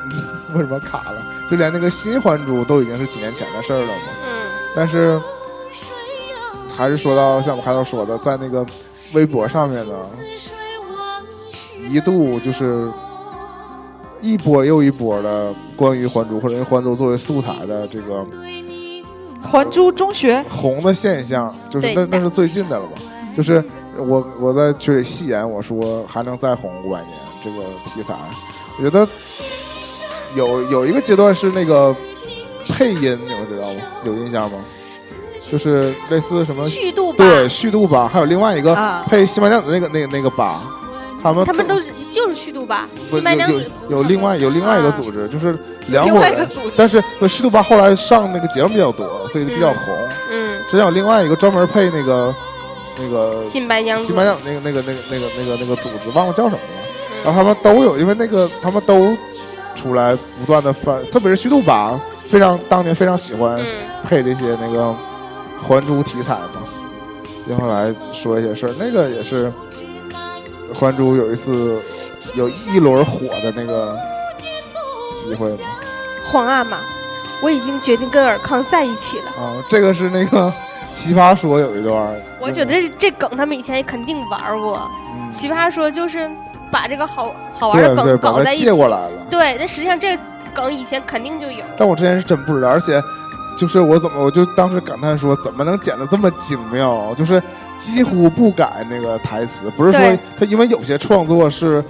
[SPEAKER 1] 为什么卡了？就连那个新《还珠》都已经是几年前的事儿了嘛。
[SPEAKER 2] 嗯，
[SPEAKER 1] 但是还是说到像我们开头说的，在那个微博上面呢，一度就是一波又一波的关于《还珠》或者用《还珠》作为素材的这个
[SPEAKER 7] 还珠中学，
[SPEAKER 1] 红的现象，就是
[SPEAKER 2] 对
[SPEAKER 1] 那那是最近的了吧？就是我我在群里戏言，我说还能再红五百年这个题材，我觉得有有一个阶段是那个配音，你们知道吗？有印象吗？就是类似什么
[SPEAKER 2] 虚度吧，
[SPEAKER 1] 对虚度吧，还有另外一个
[SPEAKER 3] 啊
[SPEAKER 1] 配《新白娘子》那个那个那个吧，他们
[SPEAKER 2] 他们都是就是虚度吧，
[SPEAKER 1] 不
[SPEAKER 2] 新白娘
[SPEAKER 1] 有有
[SPEAKER 2] 子
[SPEAKER 1] 有另外有另外一个
[SPEAKER 2] 啊
[SPEAKER 1] 组织，就是两
[SPEAKER 3] 另
[SPEAKER 1] 伙
[SPEAKER 3] 外一个
[SPEAKER 1] 人，
[SPEAKER 3] 组织
[SPEAKER 1] 但是呃虚度吧后来上那个节目比较多，所以比较
[SPEAKER 2] 是
[SPEAKER 1] 红。
[SPEAKER 2] 嗯，
[SPEAKER 1] 之前有另外一个专门配那个那个
[SPEAKER 2] 新白娘
[SPEAKER 1] 西
[SPEAKER 2] 子，
[SPEAKER 1] 班牙那个那个那个那个那个那个组织，忘了叫什么了。
[SPEAKER 2] 嗯
[SPEAKER 1] 然后他们都有，因为那个他们都出来不断的翻，特别是虚度吧，非常当年非常喜欢
[SPEAKER 2] 嗯，
[SPEAKER 1] 配这些那个还珠题材嘛。接下来说一些事儿，那个也是还珠有一次有一轮火的那个机会嘛。
[SPEAKER 2] 皇阿玛，我已经决定跟尔康在一起了。
[SPEAKER 1] 啊，这个是那个 奇葩说有一段儿，
[SPEAKER 2] 我觉得这梗他们以前肯定玩过，
[SPEAKER 1] 嗯
[SPEAKER 2] 奇葩说就是把这个好好玩
[SPEAKER 1] 对
[SPEAKER 2] 的
[SPEAKER 1] 对，
[SPEAKER 2] 梗
[SPEAKER 1] 把
[SPEAKER 2] 搞
[SPEAKER 1] 它
[SPEAKER 2] 在一起
[SPEAKER 1] 借，过来了。
[SPEAKER 2] 对，但实际上这个梗以前肯定就有，
[SPEAKER 1] 但我之前是真不知道，而且就是我怎么我就当时感叹说，怎么能剪得这么精妙？啊就是几乎不改那个台词，不是说
[SPEAKER 2] 对
[SPEAKER 1] 他因为有些创作是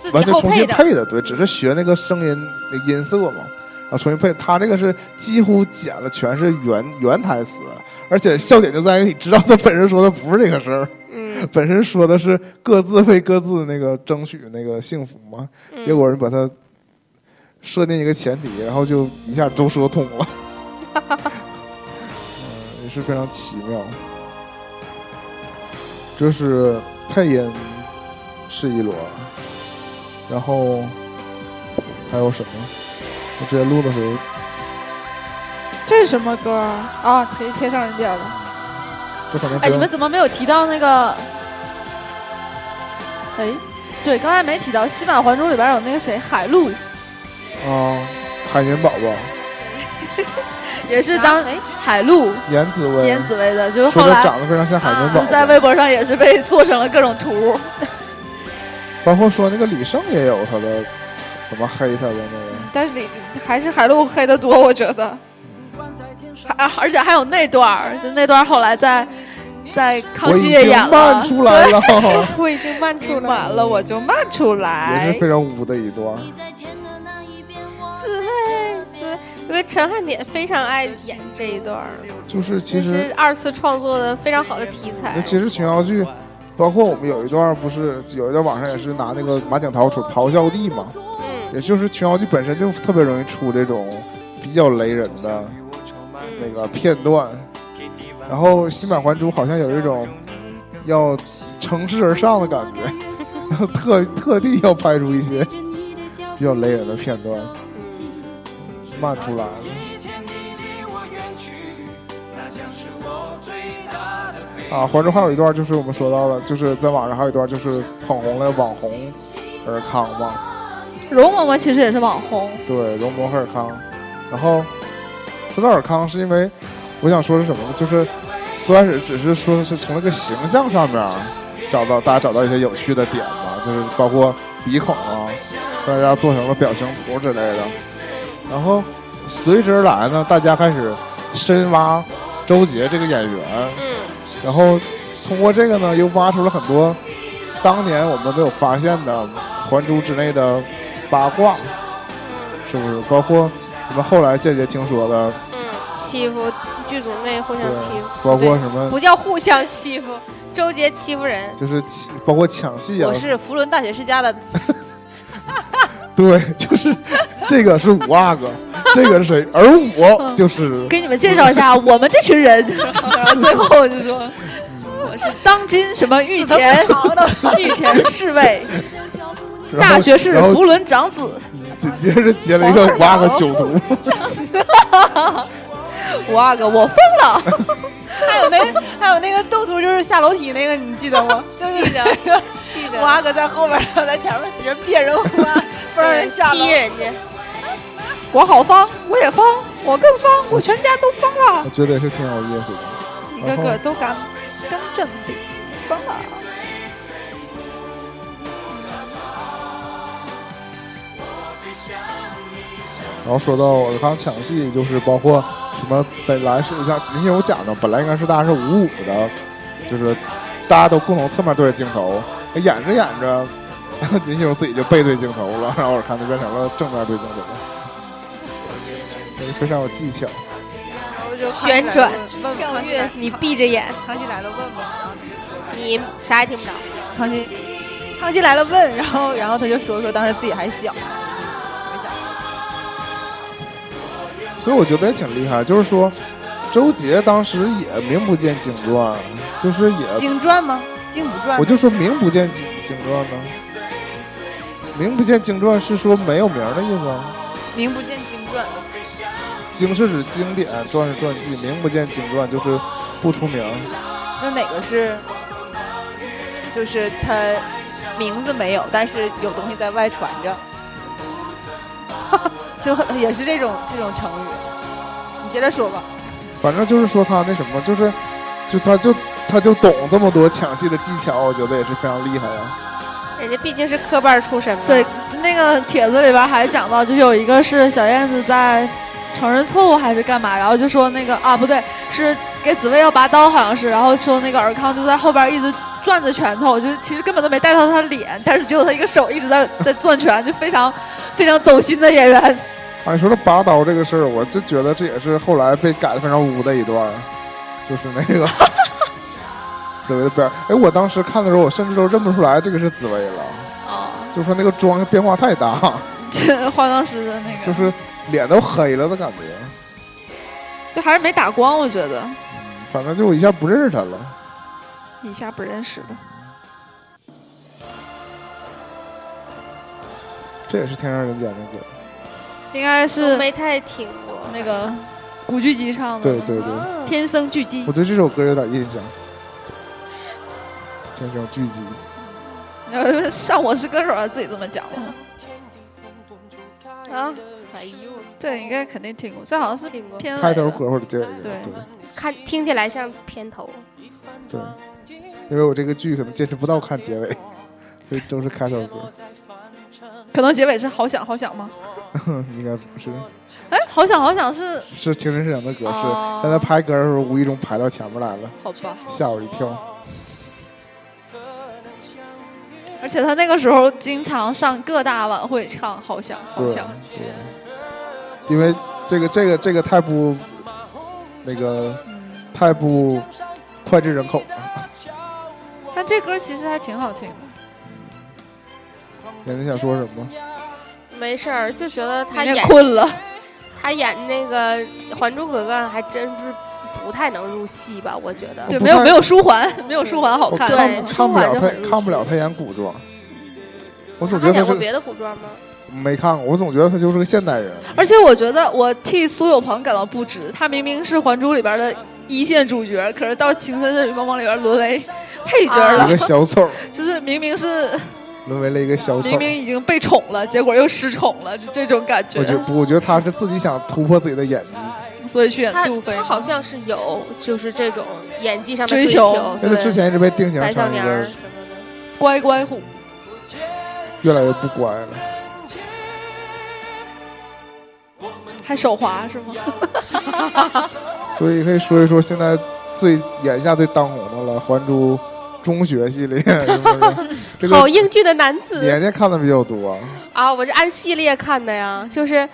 [SPEAKER 2] 自己
[SPEAKER 1] 完全
[SPEAKER 2] 后
[SPEAKER 1] 重
[SPEAKER 2] 配
[SPEAKER 1] 新
[SPEAKER 2] 的，
[SPEAKER 1] 配的，对，只是学那个声音那个音色嘛，然后重新配。他这个是几乎剪了全是原原台词，而且笑点就在于你知道他本身说的不是这个事儿，
[SPEAKER 2] 嗯，
[SPEAKER 1] 本身说的是各自为各自那个争取那个幸福嘛，
[SPEAKER 2] 嗯
[SPEAKER 1] 结果人把它设定一个前提，然后就一下都说通 了，呃嗯，也是非常奇妙。这是配音是一轮，然后还有什么？我之前录的时候
[SPEAKER 7] 这是什么歌啊？啊，贴贴上人家了。
[SPEAKER 1] 这可能
[SPEAKER 4] 哎，
[SPEAKER 1] 只
[SPEAKER 4] 你
[SPEAKER 1] 有
[SPEAKER 4] 们怎么没有提到那个？哎，对，刚才没提到《西版还珠》里边有那个谁，海璐，
[SPEAKER 1] 啊，海绵宝宝、
[SPEAKER 4] 也是当
[SPEAKER 3] 谁
[SPEAKER 4] 海璐
[SPEAKER 1] 严紫薇，
[SPEAKER 4] 演紫薇的，就是
[SPEAKER 1] 说
[SPEAKER 4] 后
[SPEAKER 1] 她
[SPEAKER 4] 来
[SPEAKER 1] 长得非常像海绵宝
[SPEAKER 4] 就
[SPEAKER 1] 宝，
[SPEAKER 4] 在微博上也是被做成了各种图。
[SPEAKER 1] 包括说那个李晟也有他的怎么黑他的那个。
[SPEAKER 7] 但是里还是海陆黑的多，我觉得。
[SPEAKER 4] 还而且还有那段儿，就那段儿后来在在康
[SPEAKER 1] 我
[SPEAKER 4] 熙
[SPEAKER 1] 已
[SPEAKER 4] 也
[SPEAKER 1] 经
[SPEAKER 4] 演了
[SPEAKER 1] 慢，出来了，
[SPEAKER 7] 我已经慢出来了，我就慢出
[SPEAKER 1] 也
[SPEAKER 7] 来
[SPEAKER 1] 是。非常污的一段。
[SPEAKER 2] 自爱自，因为陈汉典非常爱演这一段儿，
[SPEAKER 1] 就是其
[SPEAKER 2] 这
[SPEAKER 1] 实，
[SPEAKER 4] 哎
[SPEAKER 2] 是二次创作的非常好的题材
[SPEAKER 1] 那。其实琼瑶剧，包括我们有一段不是有一段网上也是拿那个马景涛出咆哮帝嘛，
[SPEAKER 2] 嗯，
[SPEAKER 1] 也就是琼瑶剧本身就特别容易出这种比较雷人的那个片段。然后新版《还珠》好像有一种要乘势而上的感 觉，然后特特地要拍出一些比较雷人的片 段，慢出来了。啊，《还珠》还有一段就是我们说到了，就是在网上还有一段就是捧红了网红尔康嘛，
[SPEAKER 4] 容嬷嬷其实也是网红，
[SPEAKER 1] 对，容嬷和尔康。然后说到尔康，是因为我想说是什么呢？就是最开始只是说是从那个形象上面找到大家找到一些有趣的点嘛，就是包括鼻孔啊，大家做成了表情图之类的。然后随之而来呢，大家开始深挖周杰这个演员，然后通过这个呢，又挖出了很多当年我们没有发现的《还珠》之内的八卦，是不是？包括我们后来间接听说的
[SPEAKER 2] 嗯，欺负剧组内互相
[SPEAKER 1] 对
[SPEAKER 2] 欺负，
[SPEAKER 1] 包括
[SPEAKER 2] 对
[SPEAKER 1] 什么
[SPEAKER 2] 不叫互相欺负，周杰欺负人，
[SPEAKER 1] 就是起包括抢戏啊
[SPEAKER 3] 我，是福伦大学世家的，
[SPEAKER 1] 对， 就是这个是五阿哥，这个是谁，而我就是
[SPEAKER 4] 给你们介绍一下我们这群人， 然后最后就说我是当今什么御前 御前侍卫，
[SPEAKER 1] 然后
[SPEAKER 4] 大学士
[SPEAKER 1] 然后
[SPEAKER 4] 福伦长子，
[SPEAKER 1] 紧接着接了一个五阿哥酒徒，
[SPEAKER 4] 五阿哥，我疯了，
[SPEAKER 3] 还有那还有那个斗图就是下楼梯那个，你记得吗？记得，记得。我阿哥在后边，然后在前面使劲别人，我妈不让人下楼
[SPEAKER 2] 踢。人家，
[SPEAKER 7] 我好方，我也方，我更方，我全家都方了
[SPEAKER 1] 我，觉得也是挺有意思的。
[SPEAKER 7] 一个个都敢刚正比方了。
[SPEAKER 1] 然后说到我刚抢戏，就是包括什么本来是像林有讲的，本来应该是大家是五五的，就是大家都共同侧面对着镜头，演着演着，然后林有自己就背对镜头了，然后我看就变成了正面对镜头，就是非常有技巧。
[SPEAKER 2] 旋转
[SPEAKER 3] 问
[SPEAKER 2] 跳跃，你闭着眼，
[SPEAKER 3] 康熙来了问问，
[SPEAKER 2] 你啥也听不着。
[SPEAKER 3] 康熙，康熙来了问，然后然后他就说说当时自己还小，
[SPEAKER 1] 所以我觉得也挺厉害，就是说周杰当时也名不见经传，就是也
[SPEAKER 3] 经传吗？经不传
[SPEAKER 1] 呃我。就说名不见经经传呢，名不见经传是说没有名儿的意思吗？
[SPEAKER 3] 名不见经传。
[SPEAKER 1] 经是指经典，传是传记，名不见经传就是不出名。
[SPEAKER 3] 那哪个是？就是他名字没有，但是有东西在外传着， 就很也是这种这种成语。你接着说吧。。
[SPEAKER 1] 反正就是说他那什么，就是就他就他就懂这么多抢戏的技巧，我觉得也是非常厉害啊。
[SPEAKER 2] 人家毕竟是科班出身嘛，
[SPEAKER 4] 对，那个帖子里边还讲到，就有一个是小燕子在承认错误还是干嘛，然后就说那个啊不对，是给紫薇要拔刀好像是，然后说那个尔康就在后边一直转着拳头，就其实根本都没带到他脸，但是只有他一个手一直在在攥拳，就 非常非常走心的演员。
[SPEAKER 1] 啊，你说这拔刀这个事儿，我就觉得这也是后来被改的非常污的一段儿，就是那个 紫薇的表演。哎，我当时看的时候，我甚至都认不出来这个是紫薇了，
[SPEAKER 4] 啊，
[SPEAKER 1] 就说那个妆变化太大，
[SPEAKER 4] 这化妆师的那个，
[SPEAKER 1] 就是脸都黑了的感觉。
[SPEAKER 4] 就还是没打光，我觉得
[SPEAKER 1] 反正就我一下不认识他了。
[SPEAKER 4] 一下不认识的。
[SPEAKER 1] 这也是《天上人间》的歌。
[SPEAKER 4] 应该
[SPEAKER 2] 都
[SPEAKER 4] 是
[SPEAKER 2] 没太听过。
[SPEAKER 4] 那个古巨基唱的，
[SPEAKER 1] 对对对，
[SPEAKER 2] 哦
[SPEAKER 4] 天生巨基
[SPEAKER 1] 我。对这首歌有点印象。这种剧集，
[SPEAKER 4] 呃， 上我是歌手自己这么讲的，
[SPEAKER 2] 啊，哎呦，
[SPEAKER 4] 这应该肯定听过，这好像是
[SPEAKER 2] 听过，
[SPEAKER 4] 片尾
[SPEAKER 1] 开头
[SPEAKER 4] 的
[SPEAKER 1] 歌或者结尾歌，
[SPEAKER 4] 对
[SPEAKER 2] 看听起来像片头。
[SPEAKER 1] 对对，因为我这个剧可能坚持不到看结尾，所以都是开头歌，
[SPEAKER 4] 可能结尾是好想好想吗？
[SPEAKER 1] 应该不是，
[SPEAKER 4] 哎，好想好想是
[SPEAKER 1] 是《情深深深的歌，
[SPEAKER 4] 哦
[SPEAKER 1] 是但他排歌的时候无意中排到前面来了，
[SPEAKER 4] 好吧？
[SPEAKER 1] 吓我一跳。
[SPEAKER 4] 而且他那个时候经常上各大晚会唱好想好
[SPEAKER 1] 对
[SPEAKER 4] 想，
[SPEAKER 1] 对，因为这个这个这个太不那个
[SPEAKER 4] 嗯
[SPEAKER 1] 太不脍炙人口了。
[SPEAKER 4] 但这歌其实还挺好听的。
[SPEAKER 1] 人家想说什么？
[SPEAKER 2] 没事儿，就觉得他
[SPEAKER 4] 有
[SPEAKER 2] 演
[SPEAKER 4] 点困了，
[SPEAKER 2] 他演那个《还珠格格》还真是不太能入戏吧？我觉得
[SPEAKER 4] 对，
[SPEAKER 1] 不
[SPEAKER 4] 没有
[SPEAKER 1] 太
[SPEAKER 4] 没有舒缓， 没有舒缓好
[SPEAKER 1] 我
[SPEAKER 4] 看。
[SPEAKER 2] 对
[SPEAKER 1] 看不了
[SPEAKER 2] 哦舒缓就
[SPEAKER 1] 他
[SPEAKER 2] 很入，戏
[SPEAKER 1] 看不了他演古装。我总觉
[SPEAKER 2] 他
[SPEAKER 1] 得他这
[SPEAKER 2] 演过
[SPEAKER 1] 个
[SPEAKER 2] 别的古装吗？
[SPEAKER 1] 没看过，我总觉得他就是个现代人。
[SPEAKER 4] 而且我觉得我替苏有朋感到不值，他明明是《还珠》里边的一线主角，可是到《情深深雨蒙蒙》里边沦为配角
[SPEAKER 2] 啊
[SPEAKER 1] 一
[SPEAKER 4] 了，
[SPEAKER 1] 个小丑，
[SPEAKER 4] 就是明明是
[SPEAKER 1] 沦为了一个小丑
[SPEAKER 4] 明。明已经被宠了，结果又失宠了，就这种感
[SPEAKER 1] 我觉
[SPEAKER 4] 觉。
[SPEAKER 1] 不，我觉得他是自己想突破自己的演技，
[SPEAKER 4] 所以去演
[SPEAKER 2] 他
[SPEAKER 4] 杜飞
[SPEAKER 2] 他，好像是有就是这种演技上的
[SPEAKER 4] 追
[SPEAKER 2] 求
[SPEAKER 4] 求，
[SPEAKER 1] 因为他之前一直被定型
[SPEAKER 2] 白小
[SPEAKER 1] 成一
[SPEAKER 2] 年儿
[SPEAKER 1] 个
[SPEAKER 2] 什么的。
[SPEAKER 4] 乖乖虎。
[SPEAKER 1] 越来越不乖了。
[SPEAKER 4] 还手滑是吗？
[SPEAKER 1] 所以可以说一说现在最眼下最当红的了，《还珠》中学系列，是不 是这
[SPEAKER 2] 好
[SPEAKER 1] 个
[SPEAKER 2] 英俊的男子
[SPEAKER 1] 年年看的比较多。
[SPEAKER 2] 啊！我是按系列看的呀，就是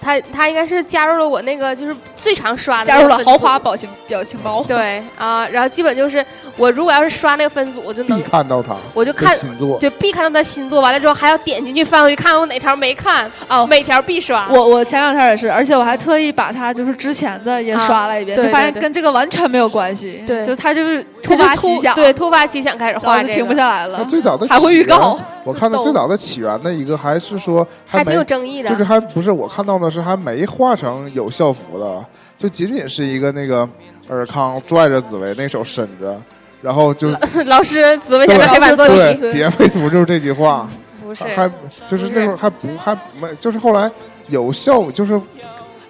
[SPEAKER 2] 他他应该是加入了我那个就是最常刷的
[SPEAKER 8] 加入了
[SPEAKER 2] 那个
[SPEAKER 8] 豪
[SPEAKER 2] 分组
[SPEAKER 8] 华表情表情包。
[SPEAKER 2] 对啊、然后基本就是我如果要是刷那个分组，我就能
[SPEAKER 1] 必看到他
[SPEAKER 2] 我就
[SPEAKER 1] 的
[SPEAKER 2] 看
[SPEAKER 1] 新作，
[SPEAKER 2] 就必看到他新作，完了之后还要点进去翻回去看我哪条没看，
[SPEAKER 4] 哦
[SPEAKER 2] 每条必刷。
[SPEAKER 4] 我我前两天也是，而且我还特意把他就是之前的也
[SPEAKER 2] 啊
[SPEAKER 4] 刷了一遍，
[SPEAKER 2] 对
[SPEAKER 4] 就发
[SPEAKER 2] 对
[SPEAKER 4] 现
[SPEAKER 2] 对
[SPEAKER 4] 跟这个完全没有关系。
[SPEAKER 2] 对
[SPEAKER 4] 就他就是突
[SPEAKER 2] 他就
[SPEAKER 4] 发
[SPEAKER 2] 突
[SPEAKER 4] 奇想，
[SPEAKER 2] 对，突发奇想开始
[SPEAKER 4] 然后
[SPEAKER 2] 画
[SPEAKER 4] 就
[SPEAKER 2] 这
[SPEAKER 4] 停不
[SPEAKER 2] 个，
[SPEAKER 4] 下来
[SPEAKER 1] 那
[SPEAKER 4] 了。
[SPEAKER 1] 最早的
[SPEAKER 4] 还会
[SPEAKER 1] 起
[SPEAKER 4] 预告
[SPEAKER 1] 源，我看到
[SPEAKER 4] 就
[SPEAKER 1] 最
[SPEAKER 4] 逗
[SPEAKER 1] 早的起源的一个还是说还
[SPEAKER 2] 还
[SPEAKER 1] 没
[SPEAKER 2] 挺有争议的。
[SPEAKER 1] 就是还不是我看到的是还没画成有校服的，就仅仅是一个那个尔康拽着紫薇那手伸着，然后就
[SPEAKER 2] 老师，紫薇
[SPEAKER 1] 对
[SPEAKER 2] 想在黑板做
[SPEAKER 1] 对
[SPEAKER 2] 题，
[SPEAKER 1] 底下配图就是这句话，
[SPEAKER 2] 不 是
[SPEAKER 1] 还就是那会儿还不还没就是后来有校服就是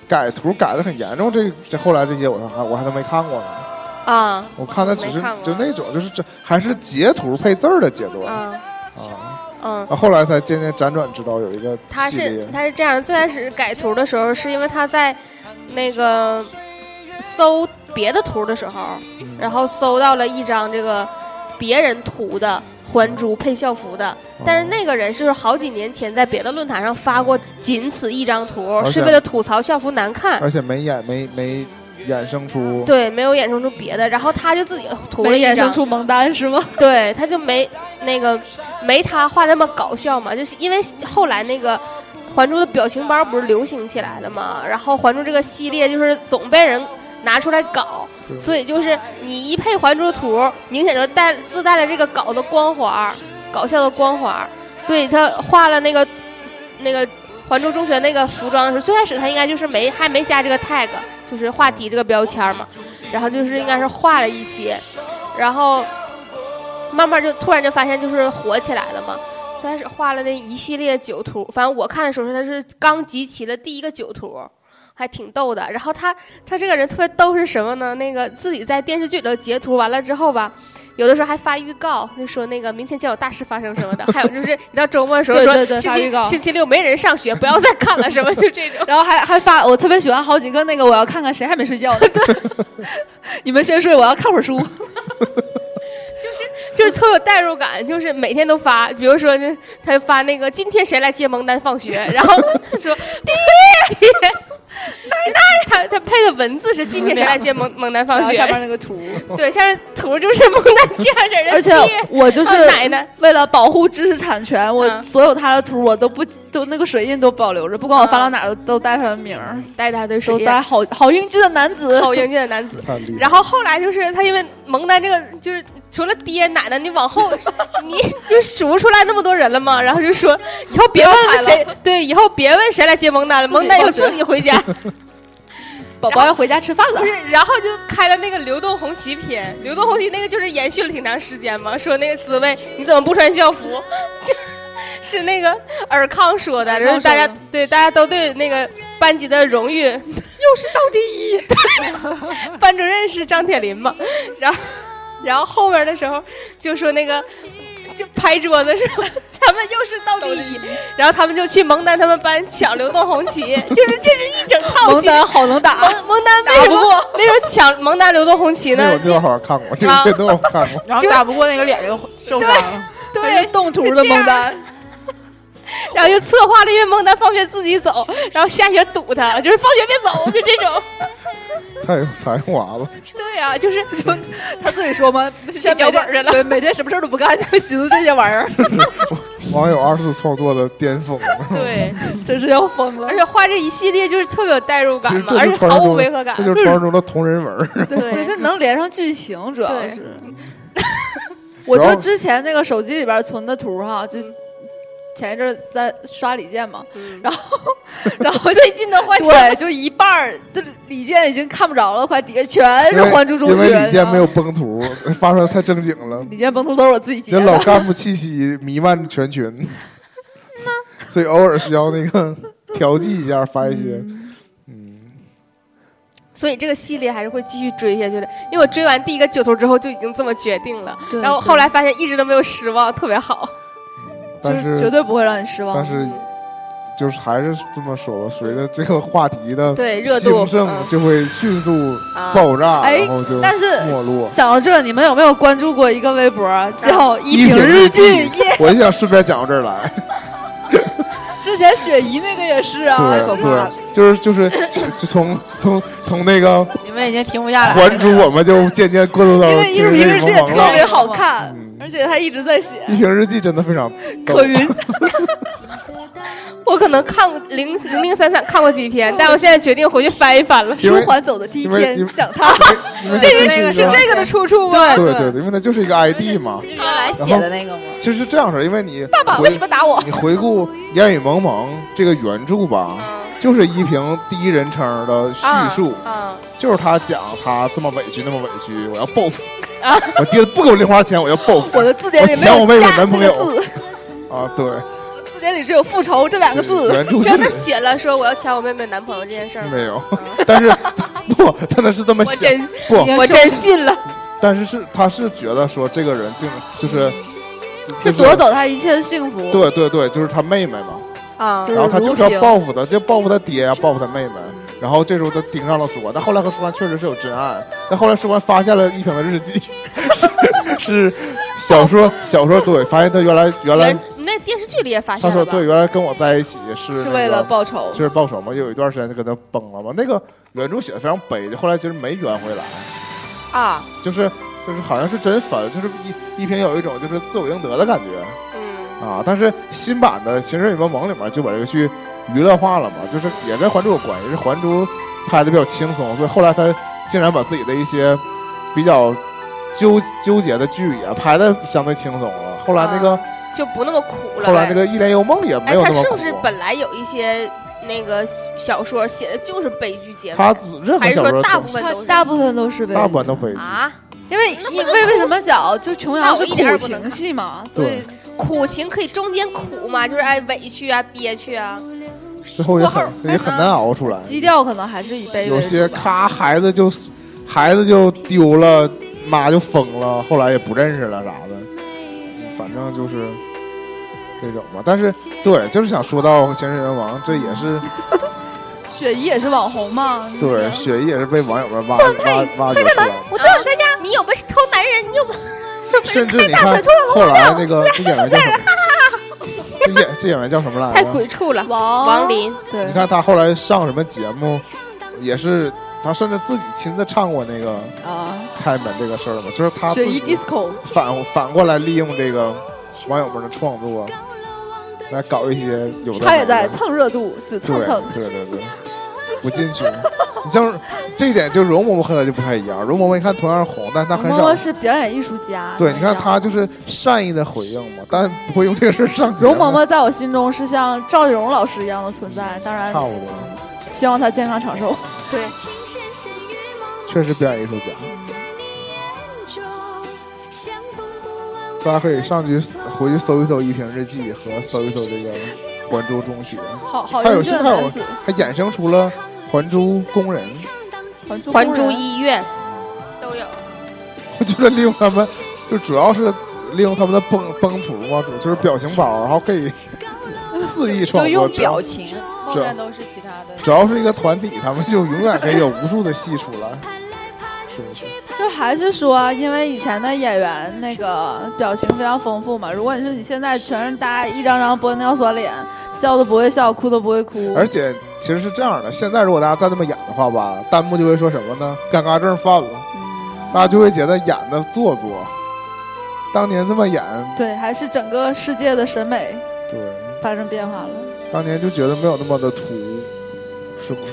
[SPEAKER 1] 改图改的很严重，这这后来这些我还我还都没看过呢，
[SPEAKER 2] 啊
[SPEAKER 1] 我看的只是
[SPEAKER 2] 没看过
[SPEAKER 1] 就那种就是这还是截图配字儿的阶段
[SPEAKER 2] 嗯
[SPEAKER 1] 啊，
[SPEAKER 2] 嗯，
[SPEAKER 1] 啊后来才渐渐辗转知道有一个
[SPEAKER 2] 他
[SPEAKER 1] 系
[SPEAKER 2] 是
[SPEAKER 1] 列，
[SPEAKER 2] 他是这样，最开始改图的时候是因为他在那个搜别的图的时候，
[SPEAKER 1] 嗯
[SPEAKER 2] 然后搜到了一张这个别人涂的还珠配校服的，但是
[SPEAKER 1] 哦
[SPEAKER 2] 那个人是好几年前在别的论坛上发过仅此一张图，
[SPEAKER 1] 而且
[SPEAKER 2] 是为了吐槽校服难看。
[SPEAKER 1] 而且没演没没衍生出
[SPEAKER 2] 对，没有衍生出别的，然后他就自己涂了
[SPEAKER 4] 没
[SPEAKER 2] 一
[SPEAKER 4] 衍
[SPEAKER 2] 张
[SPEAKER 4] 生，出蒙丹是吗？
[SPEAKER 2] 对，他就没那个没他画那么搞笑嘛，就是因为后来那个《还珠》的表情包不是流行起来了嘛，然后《还珠》这个系列就是总被人拿出来搞，
[SPEAKER 1] 对
[SPEAKER 2] 所以就是你一配《还珠》图，明显就带自带了这个搞的光环儿，搞笑的光环儿，所以他画了那个那个《还珠中学》那个服装的时候，最开始他应该就是没还没加这个 tag，就是画题这个标签儿嘛，然后就是应该是画了一些，然后。慢慢就突然就发现就是火起来了嘛。最开始画了那一系列酒图，反正我看的时候是他是刚集齐了第一个酒图，还挺逗的。然后他他这个人特别逗是什么呢？那个自己在电视剧里头截图完了之后吧。有的时候还发预告，就说那个明天将有大事发生什么的，还有就是你知道周末的时候
[SPEAKER 4] 对
[SPEAKER 2] 说
[SPEAKER 4] 对对
[SPEAKER 2] 星
[SPEAKER 4] 发预告
[SPEAKER 2] 期星期六没人上学，不要再看了什么，就这种。
[SPEAKER 4] 然后还还发，我特别喜欢好几个那个，我要看看谁还没睡觉 呢。你们先睡，我要看会儿书。
[SPEAKER 2] 就是特有代入感， 就是每天都发，比如说呢，他就发那个今天谁来接蒙丹放学， 然后他说爹爹奶奶，他他配的文字是今天谁来接蒙蒙丹放
[SPEAKER 4] 然后
[SPEAKER 2] 学
[SPEAKER 4] 下，边那个图，
[SPEAKER 2] 对，像是图就是蒙丹这样式儿的爹，
[SPEAKER 4] 而且我就是
[SPEAKER 2] 哦哎奶奶，
[SPEAKER 4] 为了保护知识产权，我
[SPEAKER 2] 嗯
[SPEAKER 4] 所有他的图我都不都那个水印都保留着，不管我
[SPEAKER 2] 嗯
[SPEAKER 4] 发到哪儿都都带他的名儿，
[SPEAKER 2] 带他对
[SPEAKER 4] 都
[SPEAKER 2] 水
[SPEAKER 4] 带
[SPEAKER 2] 印，
[SPEAKER 4] 好好英俊的男子。
[SPEAKER 2] 好英俊的男子。
[SPEAKER 1] 太厉害
[SPEAKER 2] 然后后来就是他，因为蒙丹这个就是除了爹奶奶，你往 后你就数不出来那么多人了嘛。然后就说以后别问问谁，对，以后别问谁来接蒙丹了，蒙丹以后自己回家。
[SPEAKER 4] 宝宝要回家吃饭了
[SPEAKER 2] 不。是，然后就开了那个流动红旗篇，流动红旗那个就是延续了挺长时间嘛，说那个紫薇你怎么不穿校服， 就是那个尔康说的，然后大家
[SPEAKER 4] 尔康说
[SPEAKER 2] 对大家都对那个班级的 荣誉又是倒第 一，对班主任是张铁林嘛，然后然后后面的时候就说那个。就拍桌子说 他们又是倒第一，然后他们就去蒙丹他们班抢流动红旗，就是这是一整套
[SPEAKER 4] 蒙
[SPEAKER 2] 系列。
[SPEAKER 4] 丹好能打，
[SPEAKER 2] 蒙蒙丹为什么为什么抢蒙丹流动红旗
[SPEAKER 1] 那
[SPEAKER 2] 呢
[SPEAKER 1] 我？那我好像看过，这
[SPEAKER 2] 啊
[SPEAKER 1] 这都我看过
[SPEAKER 3] 然后
[SPEAKER 2] 就
[SPEAKER 3] 打不过那个脸就受伤了。
[SPEAKER 4] 还是
[SPEAKER 2] 对，
[SPEAKER 4] 动图的
[SPEAKER 2] 这样
[SPEAKER 4] 蒙丹。
[SPEAKER 2] 然后就策划了，因为蒙丹放学自己走，然后下学堵他，就是放学别走，就这种。
[SPEAKER 1] 太有才华了，
[SPEAKER 2] 对呀、就是
[SPEAKER 4] 他自己说嘛，
[SPEAKER 2] 写脚本去了
[SPEAKER 4] 对，每天什么事儿都不干，就寻思这些 玩意儿，
[SPEAKER 1] 网友二次创作的巅峰。
[SPEAKER 2] 对，
[SPEAKER 4] 真是要疯了
[SPEAKER 2] 而。且画这一系列就是特别有代入感
[SPEAKER 1] 其实这
[SPEAKER 2] 嘛，而
[SPEAKER 1] 就是
[SPEAKER 2] 且
[SPEAKER 1] 传
[SPEAKER 2] 毫
[SPEAKER 1] 说
[SPEAKER 2] 无
[SPEAKER 1] 中
[SPEAKER 2] 违和
[SPEAKER 1] 的，
[SPEAKER 2] 感
[SPEAKER 1] 这。就是传说中的同人文儿。
[SPEAKER 4] 对，
[SPEAKER 2] 对，
[SPEAKER 4] 这能连上剧情，主要
[SPEAKER 2] 对
[SPEAKER 4] 是。 我
[SPEAKER 1] 然
[SPEAKER 4] 就
[SPEAKER 1] 后
[SPEAKER 4] 之前那个手机里边存的图哈，就
[SPEAKER 2] 嗯
[SPEAKER 4] 前一阵儿在刷李健嘛，
[SPEAKER 2] 嗯
[SPEAKER 4] 然后然后就
[SPEAKER 2] 最近的换成
[SPEAKER 4] 对，就一半儿，这李健已经看不着了，快底下全是
[SPEAKER 1] 因为
[SPEAKER 4] 《还珠中
[SPEAKER 1] 因
[SPEAKER 4] 学》。
[SPEAKER 1] 为李健没有崩图，发出来太正经了，
[SPEAKER 4] 李健崩图都是我自己截
[SPEAKER 1] 这老
[SPEAKER 4] 的，
[SPEAKER 1] 干部气息弥漫全群。所以偶尔需要那个调剂一下，发一些。嗯，
[SPEAKER 2] 所以这个系列还是会继续追下去的，因为我追完第一个九头之后就已经这么决定了，
[SPEAKER 4] 嗯对
[SPEAKER 2] 然后后来发现一直都没有失望，特别好。
[SPEAKER 4] 就
[SPEAKER 1] 但
[SPEAKER 4] 是绝
[SPEAKER 1] 是
[SPEAKER 4] 对不会让你失望。
[SPEAKER 1] 但是就是还是这么说吧，随着这个话题的
[SPEAKER 2] 对，热度
[SPEAKER 1] 兴盛，
[SPEAKER 2] 嗯
[SPEAKER 1] 就会迅速
[SPEAKER 2] 啊
[SPEAKER 1] 爆炸，
[SPEAKER 4] 哎
[SPEAKER 1] 然后就
[SPEAKER 4] 但是
[SPEAKER 1] 没落。
[SPEAKER 4] 讲到这，你们有没有关注过一个微博叫“一
[SPEAKER 1] 品
[SPEAKER 4] 日
[SPEAKER 1] 记，我就想顺便讲到这儿来。
[SPEAKER 4] 就
[SPEAKER 8] 之前雪姨那个也是啊，
[SPEAKER 4] 哎
[SPEAKER 8] 太可
[SPEAKER 1] 对
[SPEAKER 8] 怕了。
[SPEAKER 1] 对，就是就是就就从从从那个
[SPEAKER 3] 你们已经停不下来了。
[SPEAKER 1] 还珠，我们就渐渐过渡到
[SPEAKER 4] 哎因为《
[SPEAKER 1] 其
[SPEAKER 4] 艺
[SPEAKER 1] 实
[SPEAKER 4] 术评日
[SPEAKER 1] 这个
[SPEAKER 4] 记》也
[SPEAKER 1] 茫
[SPEAKER 4] 特
[SPEAKER 1] 茫
[SPEAKER 4] 别好看
[SPEAKER 1] 嗯，
[SPEAKER 4] 而且他一直在写
[SPEAKER 1] 一瓶日记真的非常逗
[SPEAKER 4] 可云。
[SPEAKER 2] 我可能看过零零零散散看过几篇，但我现在决定回去翻一翻了。
[SPEAKER 1] 因
[SPEAKER 4] 舒
[SPEAKER 1] 为
[SPEAKER 4] 缓走的第一
[SPEAKER 1] 因为因
[SPEAKER 4] 天，
[SPEAKER 1] 为
[SPEAKER 4] 想他。
[SPEAKER 1] 因为它
[SPEAKER 2] 这
[SPEAKER 1] 就是一
[SPEAKER 2] 那个是这个的出处嗯吗？
[SPEAKER 1] 对对对，因为它就是一个 ID 嘛。
[SPEAKER 3] 原来写的那个吗？
[SPEAKER 1] 其实是这样式儿，因为你
[SPEAKER 4] 爸爸
[SPEAKER 1] 回
[SPEAKER 4] 为什么打我？
[SPEAKER 1] 你回顾《烟雨蒙蒙》这个原著
[SPEAKER 4] 啊
[SPEAKER 1] 吧，就是一平第一人称的叙述，
[SPEAKER 2] 嗯，
[SPEAKER 1] 就是他讲他这么委屈，那么委屈，我要报复，
[SPEAKER 4] 啊
[SPEAKER 1] 我爹不给我零花钱，我要报复
[SPEAKER 4] 我的字典里没
[SPEAKER 1] 我抢我妹
[SPEAKER 4] 有“
[SPEAKER 1] 妹
[SPEAKER 4] 家”
[SPEAKER 1] 男朋
[SPEAKER 4] 这
[SPEAKER 1] 友
[SPEAKER 4] 个字，
[SPEAKER 1] 啊！对，
[SPEAKER 4] 字典里只有“复仇”这两个字。
[SPEAKER 1] 原著
[SPEAKER 2] 真
[SPEAKER 1] 里
[SPEAKER 2] 的写了说我要抢我妹妹男朋友这件事 儿吗？
[SPEAKER 1] 没有，但是 不，他那是这么
[SPEAKER 2] 我
[SPEAKER 1] 写，
[SPEAKER 2] 真
[SPEAKER 1] 不，
[SPEAKER 2] 我真信了，
[SPEAKER 1] 但是是他是觉得说这个人竟就是
[SPEAKER 4] 是夺。走他一切的幸福。
[SPEAKER 1] 对对对，就是他妹妹嘛，
[SPEAKER 2] 啊
[SPEAKER 4] 就是
[SPEAKER 1] 然后他就是
[SPEAKER 4] 如萍
[SPEAKER 1] 要报复他，就报复他爹呀、啊报复他妹妹。然后这时候他盯上了舒欢，但后来和舒欢确实是有真爱。但后来舒欢发现了一平的日记，是是小说小说对，发现他原来原来
[SPEAKER 2] 原那电视剧里也发
[SPEAKER 1] 他
[SPEAKER 2] 现
[SPEAKER 1] 说
[SPEAKER 2] 了吧
[SPEAKER 1] 对，？原来跟我在一起是、那个、
[SPEAKER 4] 是为了报仇
[SPEAKER 1] 就。是报仇嘛，有一段时间就跟他崩了嘛。那个原著写的非常悲，后来其实没圆回来，
[SPEAKER 2] 啊，
[SPEAKER 1] 就是就是好像是真分，就是一一平有一种就是自我应得的感觉。
[SPEAKER 2] 嗯，
[SPEAKER 1] 啊，但是新版的《情深深雨蒙蒙》里面就把这个剧娱乐化了嘛，就是也跟《还珠》有关系，是《还珠》拍的比较轻松，所以后来他竟然把自己的一些比较纠纠结的剧也拍的相对轻松了。后来那个、
[SPEAKER 2] 就不那么苦了呗。
[SPEAKER 1] 后来那个《一帘幽梦》也没
[SPEAKER 2] 啊哎，
[SPEAKER 1] 有
[SPEAKER 2] 他
[SPEAKER 1] 那么苦啊
[SPEAKER 2] 是不，是本来有一些那个小说写的就是悲剧结
[SPEAKER 1] 他
[SPEAKER 2] 尾？
[SPEAKER 1] 任何
[SPEAKER 2] 还是
[SPEAKER 1] 小说嗯
[SPEAKER 2] 说大
[SPEAKER 1] 都
[SPEAKER 2] 部分
[SPEAKER 4] 他
[SPEAKER 2] 都是
[SPEAKER 4] 大部分都是被
[SPEAKER 1] 大部分都悲剧。
[SPEAKER 2] 啊？
[SPEAKER 8] 因为
[SPEAKER 2] 那不
[SPEAKER 8] 因
[SPEAKER 2] 能
[SPEAKER 8] 为为什
[SPEAKER 2] 哭
[SPEAKER 8] 么讲就琼瑶
[SPEAKER 2] 那我
[SPEAKER 8] 是
[SPEAKER 2] 一点儿
[SPEAKER 8] 苦
[SPEAKER 2] 不能
[SPEAKER 8] 情戏嘛，所
[SPEAKER 1] 对
[SPEAKER 8] 以
[SPEAKER 2] 苦情可以中间苦嘛，就是哎委屈啊、憋屈啊。
[SPEAKER 1] 最后也
[SPEAKER 8] 过
[SPEAKER 1] 很
[SPEAKER 8] 后
[SPEAKER 1] 也很难熬出来。
[SPEAKER 4] 基调可能还是以卑微
[SPEAKER 1] 有
[SPEAKER 4] 为
[SPEAKER 1] 些
[SPEAKER 4] 主吧。
[SPEAKER 1] 咔，孩子就孩子就丢了，妈就疯了，后来也不认识了啥的，反正就是这种吧。但是对，就是想说到《前世人王》，这也是
[SPEAKER 8] 雪姨也是网红嘛，
[SPEAKER 1] 对雪姨也是被网友们挖挖挖掘出来的，
[SPEAKER 2] 我知
[SPEAKER 4] 嗯
[SPEAKER 2] 道你在家，你有本事偷男人，你有 本
[SPEAKER 1] 甚至你看后来那 个这演员叫什么？这演这演员叫什么来
[SPEAKER 2] 太
[SPEAKER 1] 着？
[SPEAKER 2] 鬼畜了。
[SPEAKER 4] 哦
[SPEAKER 8] 王
[SPEAKER 2] 王林，
[SPEAKER 8] 对
[SPEAKER 1] 你看他后来上什么节目，也是他甚至自己亲自唱过那个
[SPEAKER 8] 啊，
[SPEAKER 1] 开门这个事儿嘛，就是他自
[SPEAKER 8] 雪姨
[SPEAKER 1] 己
[SPEAKER 8] disco
[SPEAKER 1] 反反过来利用这个网友们的创作，来搞一些有的没的。
[SPEAKER 8] 她也在蹭热度，只蹭蹭。
[SPEAKER 1] 对对对对，不进去。你像是这一点，就容嬷嬷和她就不太一样。容嬷嬷你看同样是红，但她
[SPEAKER 4] 王
[SPEAKER 1] 很
[SPEAKER 4] 嬷
[SPEAKER 1] 少
[SPEAKER 4] 嬷。是表演艺术家。
[SPEAKER 1] 对，你看
[SPEAKER 4] 这样
[SPEAKER 1] 她就是善意的回应嘛，但不会用这个事儿上节目
[SPEAKER 8] 容嬷嬷在我心中是像赵丽蓉老师一样的存在，当然
[SPEAKER 1] 差不多，
[SPEAKER 8] 希望她健康长寿。
[SPEAKER 1] 确实表演艺术家。大家可以上去回去搜一搜《一瓶日记》和搜一搜这个《还珠中学》，
[SPEAKER 8] 好好
[SPEAKER 1] 还有
[SPEAKER 8] 英
[SPEAKER 1] 现
[SPEAKER 8] 俊的
[SPEAKER 1] 在有
[SPEAKER 8] 男子，
[SPEAKER 1] 还衍生出了《还 珠工人》。
[SPEAKER 8] 《
[SPEAKER 2] 还
[SPEAKER 8] 工
[SPEAKER 2] 珠
[SPEAKER 8] 人
[SPEAKER 2] 医院啊都有。
[SPEAKER 1] 我觉得利用他们，就主要是利用他们的崩崩图嘛，主就是表情包，然后可以肆意创
[SPEAKER 3] 就
[SPEAKER 1] 作。
[SPEAKER 3] 用
[SPEAKER 1] 只要
[SPEAKER 3] 表情，
[SPEAKER 1] 这
[SPEAKER 3] 后面都是其他的。
[SPEAKER 1] 只要是一个团体，他们就永远可以有无数的戏出来，是不是？
[SPEAKER 8] 就还是说，因为以前的演员那个表情非常丰富嘛。如果你说你现在全是大家一张张玻尿酸脸，笑都不会笑，哭都不会哭。
[SPEAKER 1] 而且其实是这样的，现在如果大家再这么演的话吧，弹幕就会说什么呢？尴尬症犯了，大家就会觉得演的做作。当年这么演，
[SPEAKER 8] 对，还是整个世界的审美
[SPEAKER 1] 对，
[SPEAKER 8] 发生变化了。
[SPEAKER 1] 当年就觉得没有那么的突兀，是不是？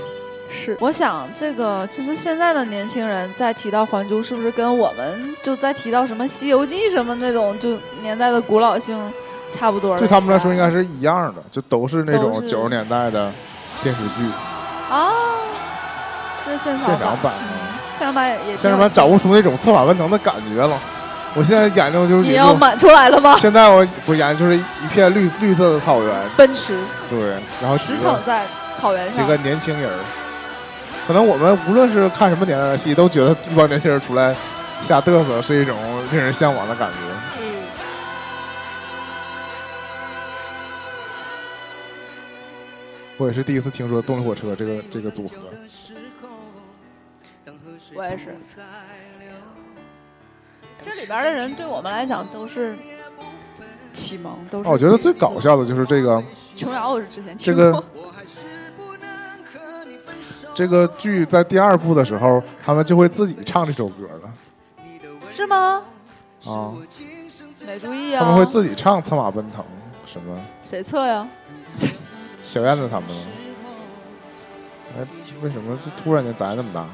[SPEAKER 8] 是，我想这个就是现在的年轻人在提到《还珠》，是不是跟我们就在提到什么《西游记》什么那种就年代的古老性差不多了？
[SPEAKER 1] 对他们来说应该是一样的，就都是那
[SPEAKER 8] 都
[SPEAKER 1] 种
[SPEAKER 8] 是
[SPEAKER 1] 九十年代的电视剧
[SPEAKER 8] 啊，这现场
[SPEAKER 1] 现场版
[SPEAKER 8] 嗯
[SPEAKER 1] 啊，
[SPEAKER 8] 现场版也也挺
[SPEAKER 1] 但
[SPEAKER 8] 有
[SPEAKER 1] 是吧
[SPEAKER 8] 趣
[SPEAKER 1] 找不出那种策反文能的感觉了。我现在眼睛就是
[SPEAKER 8] 你
[SPEAKER 1] 一
[SPEAKER 8] 要
[SPEAKER 1] 个
[SPEAKER 8] 满出来了吗？
[SPEAKER 1] 现在我不是眼睛就是一片绿绿色的草原，
[SPEAKER 8] 奔驰
[SPEAKER 1] 对，然后几
[SPEAKER 8] 驰骋
[SPEAKER 1] 个
[SPEAKER 8] 在草原
[SPEAKER 1] 几
[SPEAKER 8] 上
[SPEAKER 1] 个，年轻人儿，可能我们无论是看什么年代的戏，都觉得一帮年轻人出来瞎嘚瑟是一种令人向往的感觉。
[SPEAKER 2] 嗯，
[SPEAKER 1] 我也是第一次听说动力火车这个这个组合，
[SPEAKER 8] 我也是。这里边的人对我们来讲都是
[SPEAKER 4] 启蒙都是。
[SPEAKER 1] 哦我觉得最搞笑的就是这个
[SPEAKER 4] 琼瑶，我是之前
[SPEAKER 1] 这
[SPEAKER 4] 听过。
[SPEAKER 1] 个这个剧在第二部的时候，他们就会自己唱这首歌了
[SPEAKER 4] 是吗？
[SPEAKER 1] 啊，
[SPEAKER 4] 没注意
[SPEAKER 1] 他
[SPEAKER 4] 啊。
[SPEAKER 1] 们会自己唱《策马奔腾》什么
[SPEAKER 4] 谁测呀？
[SPEAKER 1] 小燕子他们吗。哎，为什么就突然间咱那么大？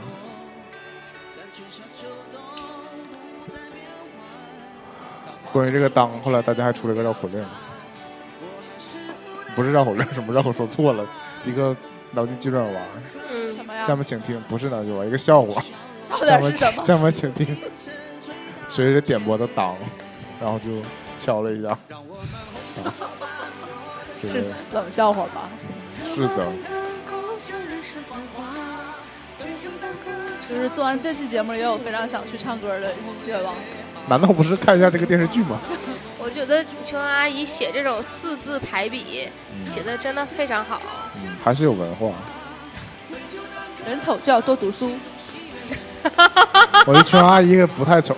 [SPEAKER 1] 关于这个当，后来大家还出了一个绕口令，不是绕口令，什么绕口说错了，一个脑筋急转弯。
[SPEAKER 2] 嗯，
[SPEAKER 4] 什么呀
[SPEAKER 1] 下？面请听，不是脑筋急转弯，一个笑话。
[SPEAKER 4] 到
[SPEAKER 1] 下
[SPEAKER 4] 底
[SPEAKER 1] 面
[SPEAKER 4] 是什么？
[SPEAKER 1] 下面请听，随着点播的当，然后就敲了一下。对
[SPEAKER 4] 是冷笑话吧？
[SPEAKER 1] 是的，
[SPEAKER 4] 就是做完这期节目，也有非常想去唱歌的愿望。
[SPEAKER 1] 难道不是看一下这个电视剧吗？
[SPEAKER 2] 我觉得琼瑶阿姨写这种四字排比写的真的非常好。
[SPEAKER 1] 嗯，还是有文化。
[SPEAKER 4] 人丑就要多读书。
[SPEAKER 1] 我觉得琼瑶阿姨不太丑，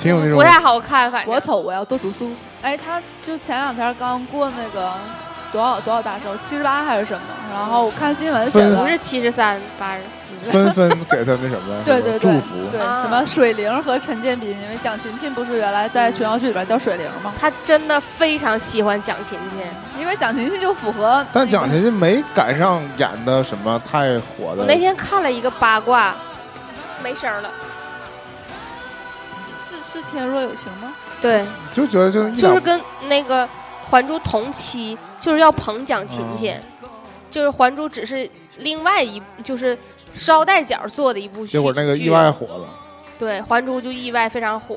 [SPEAKER 1] 挺有那种
[SPEAKER 2] 不太好看，反正
[SPEAKER 4] 我丑，我要多读书。哎，他就前两天刚过那个多少多少大寿，七十八还是什么？然后我看新闻写
[SPEAKER 1] 分
[SPEAKER 4] 的，
[SPEAKER 2] 不是七十三八十四。
[SPEAKER 1] 纷纷给她那什 么，
[SPEAKER 4] 对对对
[SPEAKER 1] 祝福。
[SPEAKER 4] 对、
[SPEAKER 2] 啊
[SPEAKER 4] 什么水灵和陈建斌，因为蒋勤勤不是原来在琼瑶剧里边叫水灵吗？
[SPEAKER 2] 她真的非常喜欢蒋勤勤，
[SPEAKER 4] 因为蒋勤勤就符合、
[SPEAKER 1] 但蒋勤勤没赶上演的什么太火
[SPEAKER 2] 我
[SPEAKER 1] 的
[SPEAKER 2] 那，天看了一个八卦，没声儿了。
[SPEAKER 4] 是是天若有情吗？
[SPEAKER 2] 对，
[SPEAKER 1] 就觉得就一
[SPEAKER 2] 就是
[SPEAKER 1] 两
[SPEAKER 2] 跟那个《还珠》同期，就是要捧蒋勤
[SPEAKER 1] 嗯
[SPEAKER 2] 勤，就是《还珠》只是另外一，就是捎带脚做的一部剧。
[SPEAKER 1] 结果那个
[SPEAKER 2] 剧
[SPEAKER 1] 意外火了，
[SPEAKER 2] 对，《还珠》就意外非常火，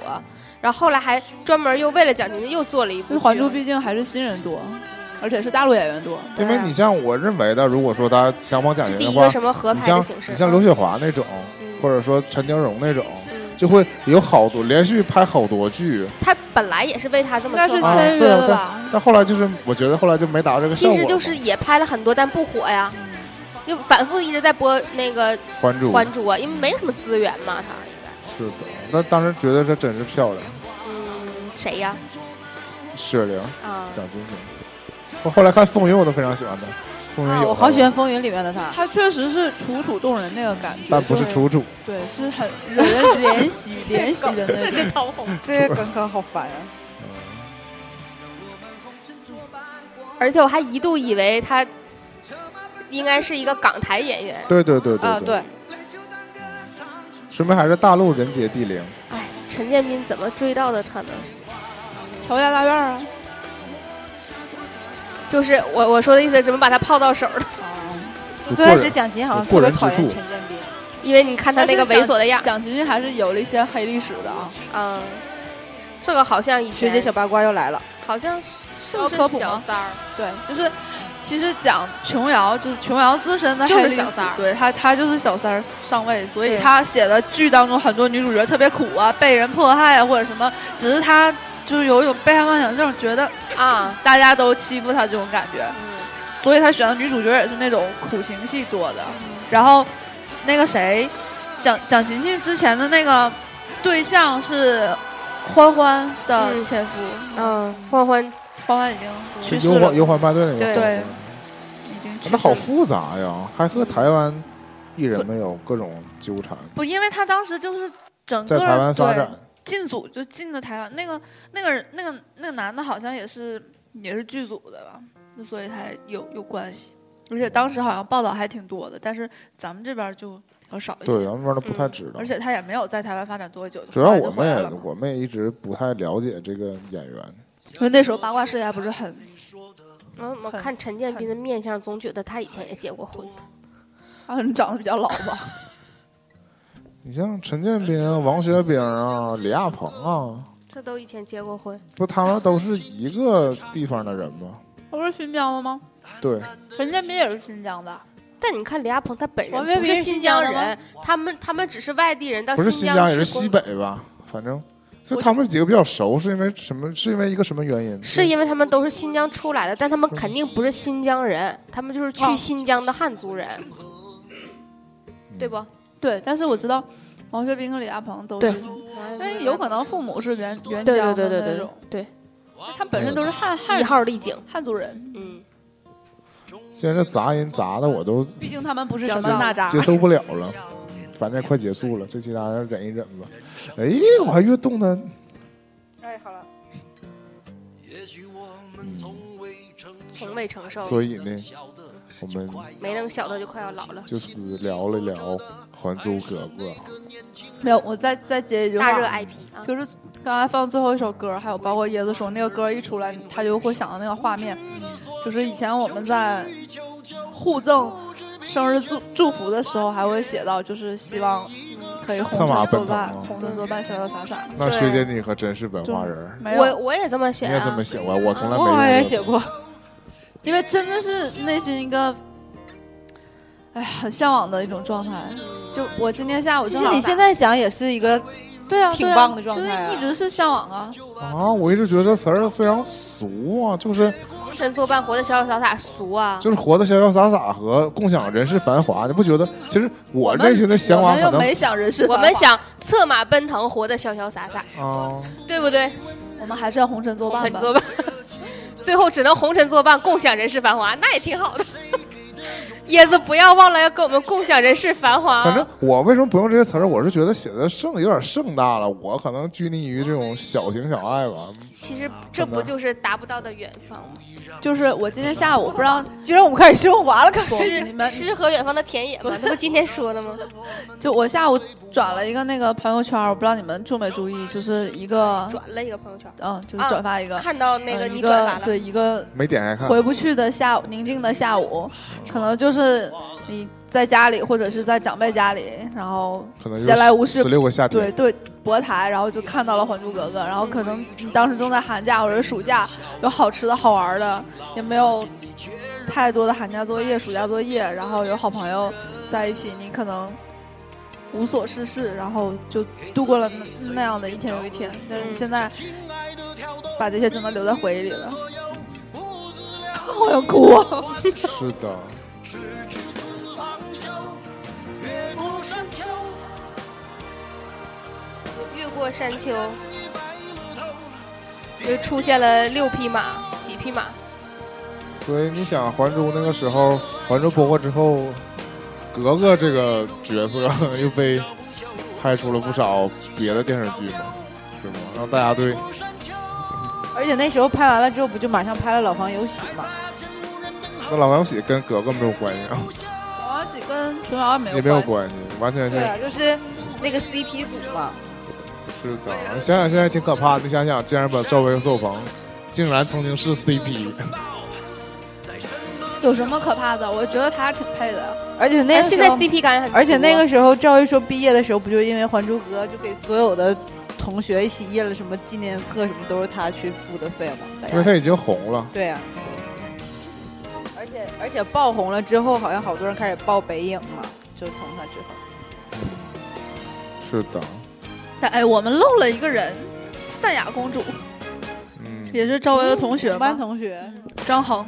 [SPEAKER 2] 然后后来还专门又为了蒋勤勤又做了一部
[SPEAKER 4] 因为《
[SPEAKER 2] 剧。
[SPEAKER 4] 还珠》毕竟还是新人多，而且是大陆演员多。
[SPEAKER 1] 因为你像我认为的，如果说她想捧蒋勤
[SPEAKER 2] 啊第
[SPEAKER 1] 勤
[SPEAKER 2] 一
[SPEAKER 1] 的话
[SPEAKER 2] 个，什么合
[SPEAKER 1] 你
[SPEAKER 2] 拍
[SPEAKER 1] 像
[SPEAKER 2] 的形式，
[SPEAKER 1] 你像刘雪华那种，
[SPEAKER 2] 嗯
[SPEAKER 1] 或者说陈峥嵘那种，
[SPEAKER 2] 嗯
[SPEAKER 1] 就会有好多连续拍好多剧，
[SPEAKER 2] 他本来也是为他这
[SPEAKER 4] 应
[SPEAKER 2] 么
[SPEAKER 4] 该
[SPEAKER 2] 策
[SPEAKER 4] 是
[SPEAKER 2] 划的，
[SPEAKER 1] 啊
[SPEAKER 4] 签约的吧？
[SPEAKER 1] 但后来就是我觉得后来就没达到这个效
[SPEAKER 2] 其
[SPEAKER 1] 果嘛。
[SPEAKER 2] 实就是也拍了很多，但不火呀，就反复一直在播那个《
[SPEAKER 1] 还珠，
[SPEAKER 2] 还珠》啊，因为没什么资源嘛，他应该，
[SPEAKER 1] 是的。那当时觉得这真是漂亮，
[SPEAKER 2] 嗯，谁呀？
[SPEAKER 1] 雪玲、
[SPEAKER 2] 啊，
[SPEAKER 1] 蒋勤勤。我后来看《风云》，我都非常喜欢她，《风云》
[SPEAKER 3] 啊，
[SPEAKER 1] 有
[SPEAKER 3] 我
[SPEAKER 1] 她
[SPEAKER 3] 好喜欢《风云》里面 的他，
[SPEAKER 4] 他确实是楚楚动人那个感觉，
[SPEAKER 1] 但不是
[SPEAKER 4] 就
[SPEAKER 1] 楚楚，
[SPEAKER 4] 对，是很惹人 怜惜怜惜的那种。
[SPEAKER 2] 陶虹。
[SPEAKER 3] 这些梗可好
[SPEAKER 1] 啊
[SPEAKER 3] 烦呀、
[SPEAKER 2] 而且我还一度以为他应该是一个港台演员，
[SPEAKER 1] 对对对对
[SPEAKER 3] 啊，对，，
[SPEAKER 1] 说明还是大陆人杰地灵。
[SPEAKER 2] 哎，陈建斌怎么追到的他呢？
[SPEAKER 4] 乔家大院啊，
[SPEAKER 2] 就是我我说的意思，怎么把他泡到手的？
[SPEAKER 1] 有
[SPEAKER 3] 啊最
[SPEAKER 1] 过
[SPEAKER 3] 开
[SPEAKER 1] 人
[SPEAKER 3] 始蒋勤好像
[SPEAKER 1] 过
[SPEAKER 3] 特别
[SPEAKER 1] 人
[SPEAKER 3] 讨
[SPEAKER 1] 之
[SPEAKER 3] 厌
[SPEAKER 1] 处
[SPEAKER 3] 陈建斌，
[SPEAKER 2] 因为你看他那个猥琐的样，
[SPEAKER 4] 蒋勤勤还是有了一些黑历史的啊。
[SPEAKER 2] 嗯，这个好像以
[SPEAKER 3] 学姐
[SPEAKER 2] 前
[SPEAKER 3] 小八卦又来了，
[SPEAKER 2] 好像是是不
[SPEAKER 4] 要科
[SPEAKER 2] 是
[SPEAKER 4] 普
[SPEAKER 2] 小
[SPEAKER 4] 吗
[SPEAKER 2] 三儿？
[SPEAKER 4] 对，就是其实讲琼瑶，就是琼瑶自身的
[SPEAKER 2] 就是
[SPEAKER 4] 黑历史
[SPEAKER 2] 小三儿
[SPEAKER 4] 对她她就是小三儿上位，所以
[SPEAKER 2] 对
[SPEAKER 4] 她写的剧当中很多女主角特别苦啊，被人迫害啊或者什么，只是她就是有一种被害妄想症，觉得
[SPEAKER 2] 啊，
[SPEAKER 4] 大家都欺负她这种感觉，
[SPEAKER 2] 嗯，
[SPEAKER 4] 所以她选的女主角也是那种苦情戏多的。
[SPEAKER 2] 嗯
[SPEAKER 4] 然后那个谁，蒋蒋勤勤之前的那个对象是欢欢的
[SPEAKER 2] 嗯
[SPEAKER 4] 前夫，
[SPEAKER 2] 嗯，欢欢，
[SPEAKER 4] 欢欢已经去世
[SPEAKER 1] 忧
[SPEAKER 4] 了
[SPEAKER 1] 患，忧患派对那个
[SPEAKER 2] 对
[SPEAKER 1] 风格
[SPEAKER 4] 对已经去世
[SPEAKER 1] 那好
[SPEAKER 4] 了。
[SPEAKER 1] 复杂呀，还和台湾艺人们有各种纠缠，
[SPEAKER 4] 不，因为他当时就是整个
[SPEAKER 1] 在台湾发展
[SPEAKER 4] 对。进组就进的台湾，那个那个人那个那个男的好像也是也是剧组的吧，那所以才有有关系。而且当时好像报道还挺多的，但是咱们这边就要少一
[SPEAKER 1] 对，
[SPEAKER 4] 些。
[SPEAKER 1] 然后那边都不太
[SPEAKER 2] 嗯
[SPEAKER 1] 知道。
[SPEAKER 4] 而且他也没有在台湾发展多久，
[SPEAKER 1] 主要
[SPEAKER 4] 后来就
[SPEAKER 1] 我
[SPEAKER 4] 回
[SPEAKER 1] 们
[SPEAKER 4] 来了
[SPEAKER 1] 也
[SPEAKER 4] 嘛
[SPEAKER 1] 我们也一直不太了解这个演员，
[SPEAKER 4] 因为那时候八卦世家不是很
[SPEAKER 2] 嗯，我
[SPEAKER 4] 很
[SPEAKER 2] 看陈建斌的面相，总觉得他以前也结过婚。
[SPEAKER 4] 啊，你长得比较老吧？
[SPEAKER 1] 你像陈建斌啊、王学兵啊、李亚鹏啊，
[SPEAKER 2] 这都以前结过婚，
[SPEAKER 1] 不他们都是一个地方的人吗？
[SPEAKER 4] 他 不是新疆的吗？
[SPEAKER 1] 对，
[SPEAKER 4] 陈建斌也是新疆的，
[SPEAKER 2] 但你看李亚鹏，他本人
[SPEAKER 3] 王菲
[SPEAKER 2] 不
[SPEAKER 3] 不是
[SPEAKER 2] 新
[SPEAKER 3] 新疆的
[SPEAKER 2] 人，他们他们只是外地人，到
[SPEAKER 1] 不是
[SPEAKER 2] 新
[SPEAKER 1] 疆也
[SPEAKER 2] 去
[SPEAKER 1] 是
[SPEAKER 2] 工
[SPEAKER 1] 西
[SPEAKER 2] 作，
[SPEAKER 1] 北吧？反正就他们几个比较熟，是因为什么？是因为一个什么原因？
[SPEAKER 2] 是因为他们都是新疆出来的，但他们肯定不是新疆人，他们就是去
[SPEAKER 4] 哦
[SPEAKER 2] 新疆的汉族人，
[SPEAKER 1] 嗯
[SPEAKER 2] 对不？
[SPEAKER 4] 对。但是我知道王学兵和李亚鹏都哎
[SPEAKER 2] 对
[SPEAKER 4] 是，因为有可能父母是原原
[SPEAKER 2] 对
[SPEAKER 4] 疆
[SPEAKER 2] 对对
[SPEAKER 4] 的
[SPEAKER 2] 对
[SPEAKER 4] 那
[SPEAKER 2] 对
[SPEAKER 4] 种。
[SPEAKER 2] 对，
[SPEAKER 3] 他本身都是汉
[SPEAKER 2] 一
[SPEAKER 3] 汉
[SPEAKER 2] 号丽景，
[SPEAKER 3] 汉族人，
[SPEAKER 2] 嗯，
[SPEAKER 1] 现在这杂音杂的我都
[SPEAKER 9] 毕竟他们不是
[SPEAKER 2] 叫
[SPEAKER 9] 什么
[SPEAKER 2] 叫
[SPEAKER 9] 娜扎。
[SPEAKER 1] 接受不了了。嗯反正快结束了，这期大家忍一忍吧。哎，我还越动弹，
[SPEAKER 10] 哎，好了，
[SPEAKER 11] 也许我们从未成
[SPEAKER 2] 从未承受，
[SPEAKER 1] 所以呢，我们
[SPEAKER 2] 没能小到就快要老了。
[SPEAKER 1] 就是聊了聊《还珠格格》。
[SPEAKER 4] 没有，我再再接一句话，
[SPEAKER 2] 大热 IP 啊，
[SPEAKER 4] 就是刚才放最后一首歌，还有包括椰子说那个歌一出来，他就会想到那个画面，就是以前我们在互赠生日祝祝福的时候，还会写到，就是希望可以红
[SPEAKER 1] 策马
[SPEAKER 4] 尘
[SPEAKER 1] 奔
[SPEAKER 4] 作伴
[SPEAKER 1] 腾啊，
[SPEAKER 4] 红尘作伴，潇潇洒洒。
[SPEAKER 1] 那
[SPEAKER 2] 对
[SPEAKER 1] 学姐你可真是文化人儿，
[SPEAKER 4] 没
[SPEAKER 2] 我
[SPEAKER 4] 有，
[SPEAKER 2] 我也这么写
[SPEAKER 1] 你也这
[SPEAKER 2] 啊
[SPEAKER 1] 么，写过，我从来没
[SPEAKER 3] 我好像也
[SPEAKER 1] 用
[SPEAKER 3] 写
[SPEAKER 1] 过。
[SPEAKER 3] 过，
[SPEAKER 4] 因为真的是内心一个，哎呀，很向往的一种状态。就我今天下午
[SPEAKER 3] 其
[SPEAKER 4] 正
[SPEAKER 3] 实
[SPEAKER 4] 好
[SPEAKER 3] 你现在想也是一个
[SPEAKER 4] 对啊，
[SPEAKER 3] 挺
[SPEAKER 4] 对啊
[SPEAKER 3] 棒的状态啊
[SPEAKER 4] 就是一直是向往啊。
[SPEAKER 1] 啊，我一直觉得这词儿非常俗啊，就是
[SPEAKER 2] 红尘作伴，活得潇潇洒洒，俗啊。
[SPEAKER 1] 就是活得潇潇洒洒和共享人世繁华，你不觉得？其实我
[SPEAKER 4] 们
[SPEAKER 1] 内心的向
[SPEAKER 4] 我
[SPEAKER 1] 往
[SPEAKER 4] 们
[SPEAKER 1] 可
[SPEAKER 4] 又
[SPEAKER 1] 能
[SPEAKER 4] 没想人世
[SPEAKER 2] 我
[SPEAKER 4] 繁华，
[SPEAKER 2] 们想策马奔腾，活得潇潇洒洒，
[SPEAKER 1] 啊，
[SPEAKER 2] 对不对？
[SPEAKER 4] 我们还是要红尘作
[SPEAKER 2] 红
[SPEAKER 4] 伴
[SPEAKER 2] 尘
[SPEAKER 4] 吧。
[SPEAKER 2] 作伴， 最后只能红尘作伴，共享人世繁华，那也挺好 的。椰子，不要忘了要跟我们共享人世繁华啊。
[SPEAKER 1] 反正我为什么不用这些词儿？我是觉得写的盛有点盛大了，我可能呃拘泥于这种小情小爱吧。
[SPEAKER 2] 其实这不就是达不到的远方吗？
[SPEAKER 4] 就是我今天下午不知道，
[SPEAKER 3] 居然我们开始升华了，开始
[SPEAKER 4] 你
[SPEAKER 2] 诗
[SPEAKER 4] 们
[SPEAKER 2] 诗和远方的田野吗？这不今天说的吗？
[SPEAKER 4] 就我下午转了一个那个朋友圈，我不知道你们注没注意，就是一
[SPEAKER 1] 啊
[SPEAKER 4] 个
[SPEAKER 2] 转了一个朋友圈，
[SPEAKER 4] 嗯，就是转发一个、
[SPEAKER 2] 看到那
[SPEAKER 1] 呃
[SPEAKER 4] 嗯
[SPEAKER 2] 个
[SPEAKER 4] 一
[SPEAKER 2] 你
[SPEAKER 4] 个
[SPEAKER 2] 转发了，
[SPEAKER 4] 对一个
[SPEAKER 1] 没点开看，
[SPEAKER 4] 回不去的下午，宁静的下午，可能就是你在家里或者是在长辈家里，然后
[SPEAKER 1] 可能就
[SPEAKER 4] 闲来无事
[SPEAKER 1] 十，六个夏天
[SPEAKER 4] 对，对，博台，然后就看到了《还珠格格》，然后可
[SPEAKER 3] 嗯
[SPEAKER 4] 能你当时正在寒假或者暑假，有好吃的好玩的，也没有太多的寒假作业、暑假作业，然后有好朋友在一起，你可能无所事事，然后就度过了那那样的一天又一天。但是你现在把这些真的留在回忆里了， 好想哭啊！
[SPEAKER 1] 是的。
[SPEAKER 2] 越过山丘，就出现了六匹马，几匹马？
[SPEAKER 1] 所以你想，《还珠》那个时候，《还珠》播过之后，格格这个角色又被拍出了不少别的电视剧嘛，是吗？让大家对
[SPEAKER 3] 而且那时候拍完了之后，不就马上拍了《老黄有喜》嘛？
[SPEAKER 1] 那老王喜跟格格没有关系啊，
[SPEAKER 4] 王喜跟琼瑶没
[SPEAKER 1] 也
[SPEAKER 4] 有
[SPEAKER 1] 没有
[SPEAKER 4] 关系，
[SPEAKER 1] 关系，完全是
[SPEAKER 3] 对啊，就是那个 CP 组嘛。
[SPEAKER 1] 是的。你想想，现在挺可怕的。你想想，竟然把赵薇和寿鹏，竟然曾经是 CP，
[SPEAKER 4] 有什么可怕的？我觉得他挺配的。
[SPEAKER 3] 而且那
[SPEAKER 2] 哎
[SPEAKER 3] 个
[SPEAKER 2] 现
[SPEAKER 3] 时
[SPEAKER 2] 在
[SPEAKER 3] 候
[SPEAKER 2] CP 感也很足啊，
[SPEAKER 3] 而且那个时候赵薇说毕业的时候，不就因为《还珠格格》就给所有的同学一起印了什么纪念册，什么都是她去付的费嘛？大
[SPEAKER 1] 因为
[SPEAKER 3] 家
[SPEAKER 1] 她已经红了。
[SPEAKER 3] 对啊。而且而且爆红了之后，好像好多人开始报北影嘛，就从她之后。
[SPEAKER 1] 是的，
[SPEAKER 4] 但哎，我们漏了一个人，赛亚公主
[SPEAKER 1] 嗯。
[SPEAKER 4] 也是赵薇的同学
[SPEAKER 3] 同
[SPEAKER 4] 嘛
[SPEAKER 3] 班，同学，
[SPEAKER 4] 张恒，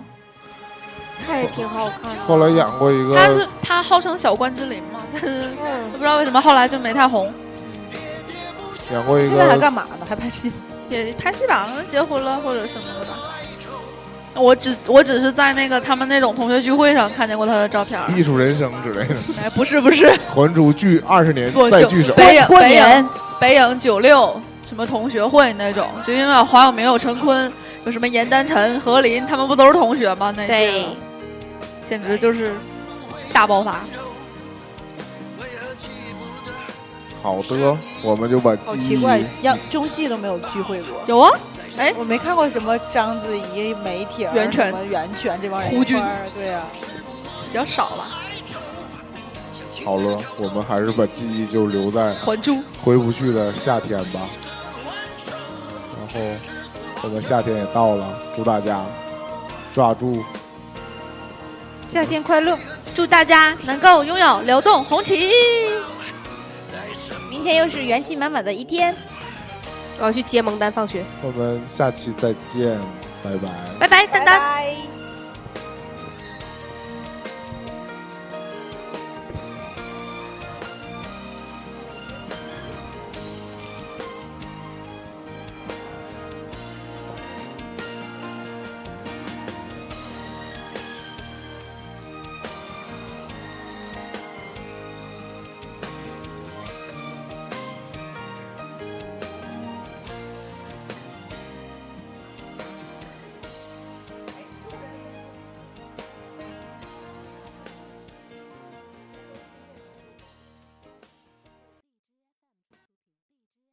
[SPEAKER 2] 她也挺好看的。
[SPEAKER 1] 后来演过一
[SPEAKER 4] 她
[SPEAKER 1] 个
[SPEAKER 4] 是她号称小关之琳嘛，但是
[SPEAKER 3] 嗯
[SPEAKER 4] 不知道为什么后来就没太红，
[SPEAKER 1] 演过一
[SPEAKER 3] 现在还
[SPEAKER 1] 个
[SPEAKER 3] 干嘛呢？还拍戏？
[SPEAKER 4] 也拍戏吧，可能结婚了或者什么的吧。我只我只是在那个他们那种同学聚会上看见过她的照片儿，
[SPEAKER 1] 艺术人生之类的，《
[SPEAKER 4] 哎，不是不是，
[SPEAKER 1] 还珠》剧二十年
[SPEAKER 4] 不
[SPEAKER 1] 再
[SPEAKER 4] 就
[SPEAKER 1] 聚首。
[SPEAKER 4] 北影
[SPEAKER 3] 过
[SPEAKER 4] 北影
[SPEAKER 3] 年
[SPEAKER 4] 北影九六什么同学会那种，就因为有黄晓明、有陈坤、有什么严丹晨、何琳，他们不都是同学吗？那届
[SPEAKER 2] 对
[SPEAKER 4] 的，简直就是大爆发。
[SPEAKER 1] 好的，我们就把
[SPEAKER 3] 好
[SPEAKER 1] 记
[SPEAKER 3] 奇
[SPEAKER 1] 忆
[SPEAKER 3] 怪，央中戏都没有聚会过。
[SPEAKER 4] 有啊，
[SPEAKER 3] 我没看过什么章子怡、梅婷、
[SPEAKER 4] 袁泉
[SPEAKER 3] 什么袁泉这帮人
[SPEAKER 4] 胡
[SPEAKER 3] 一
[SPEAKER 4] 军
[SPEAKER 3] 块儿，对啊，
[SPEAKER 4] 比较少吧。
[SPEAKER 1] 好了，我们还是把记忆就留在
[SPEAKER 4] 还珠，
[SPEAKER 1] 回不去的夏天吧。然后我们夏天也到了，祝大家抓住
[SPEAKER 3] 夏天快乐，
[SPEAKER 4] 祝大家能够拥有流动红旗。
[SPEAKER 3] 明天又是元气满满的一天。
[SPEAKER 2] 我要去接蒙丹放学。
[SPEAKER 1] 我们下期再见，拜拜。
[SPEAKER 4] 拜拜，
[SPEAKER 3] 拜
[SPEAKER 4] 丹丹。
[SPEAKER 3] 拜。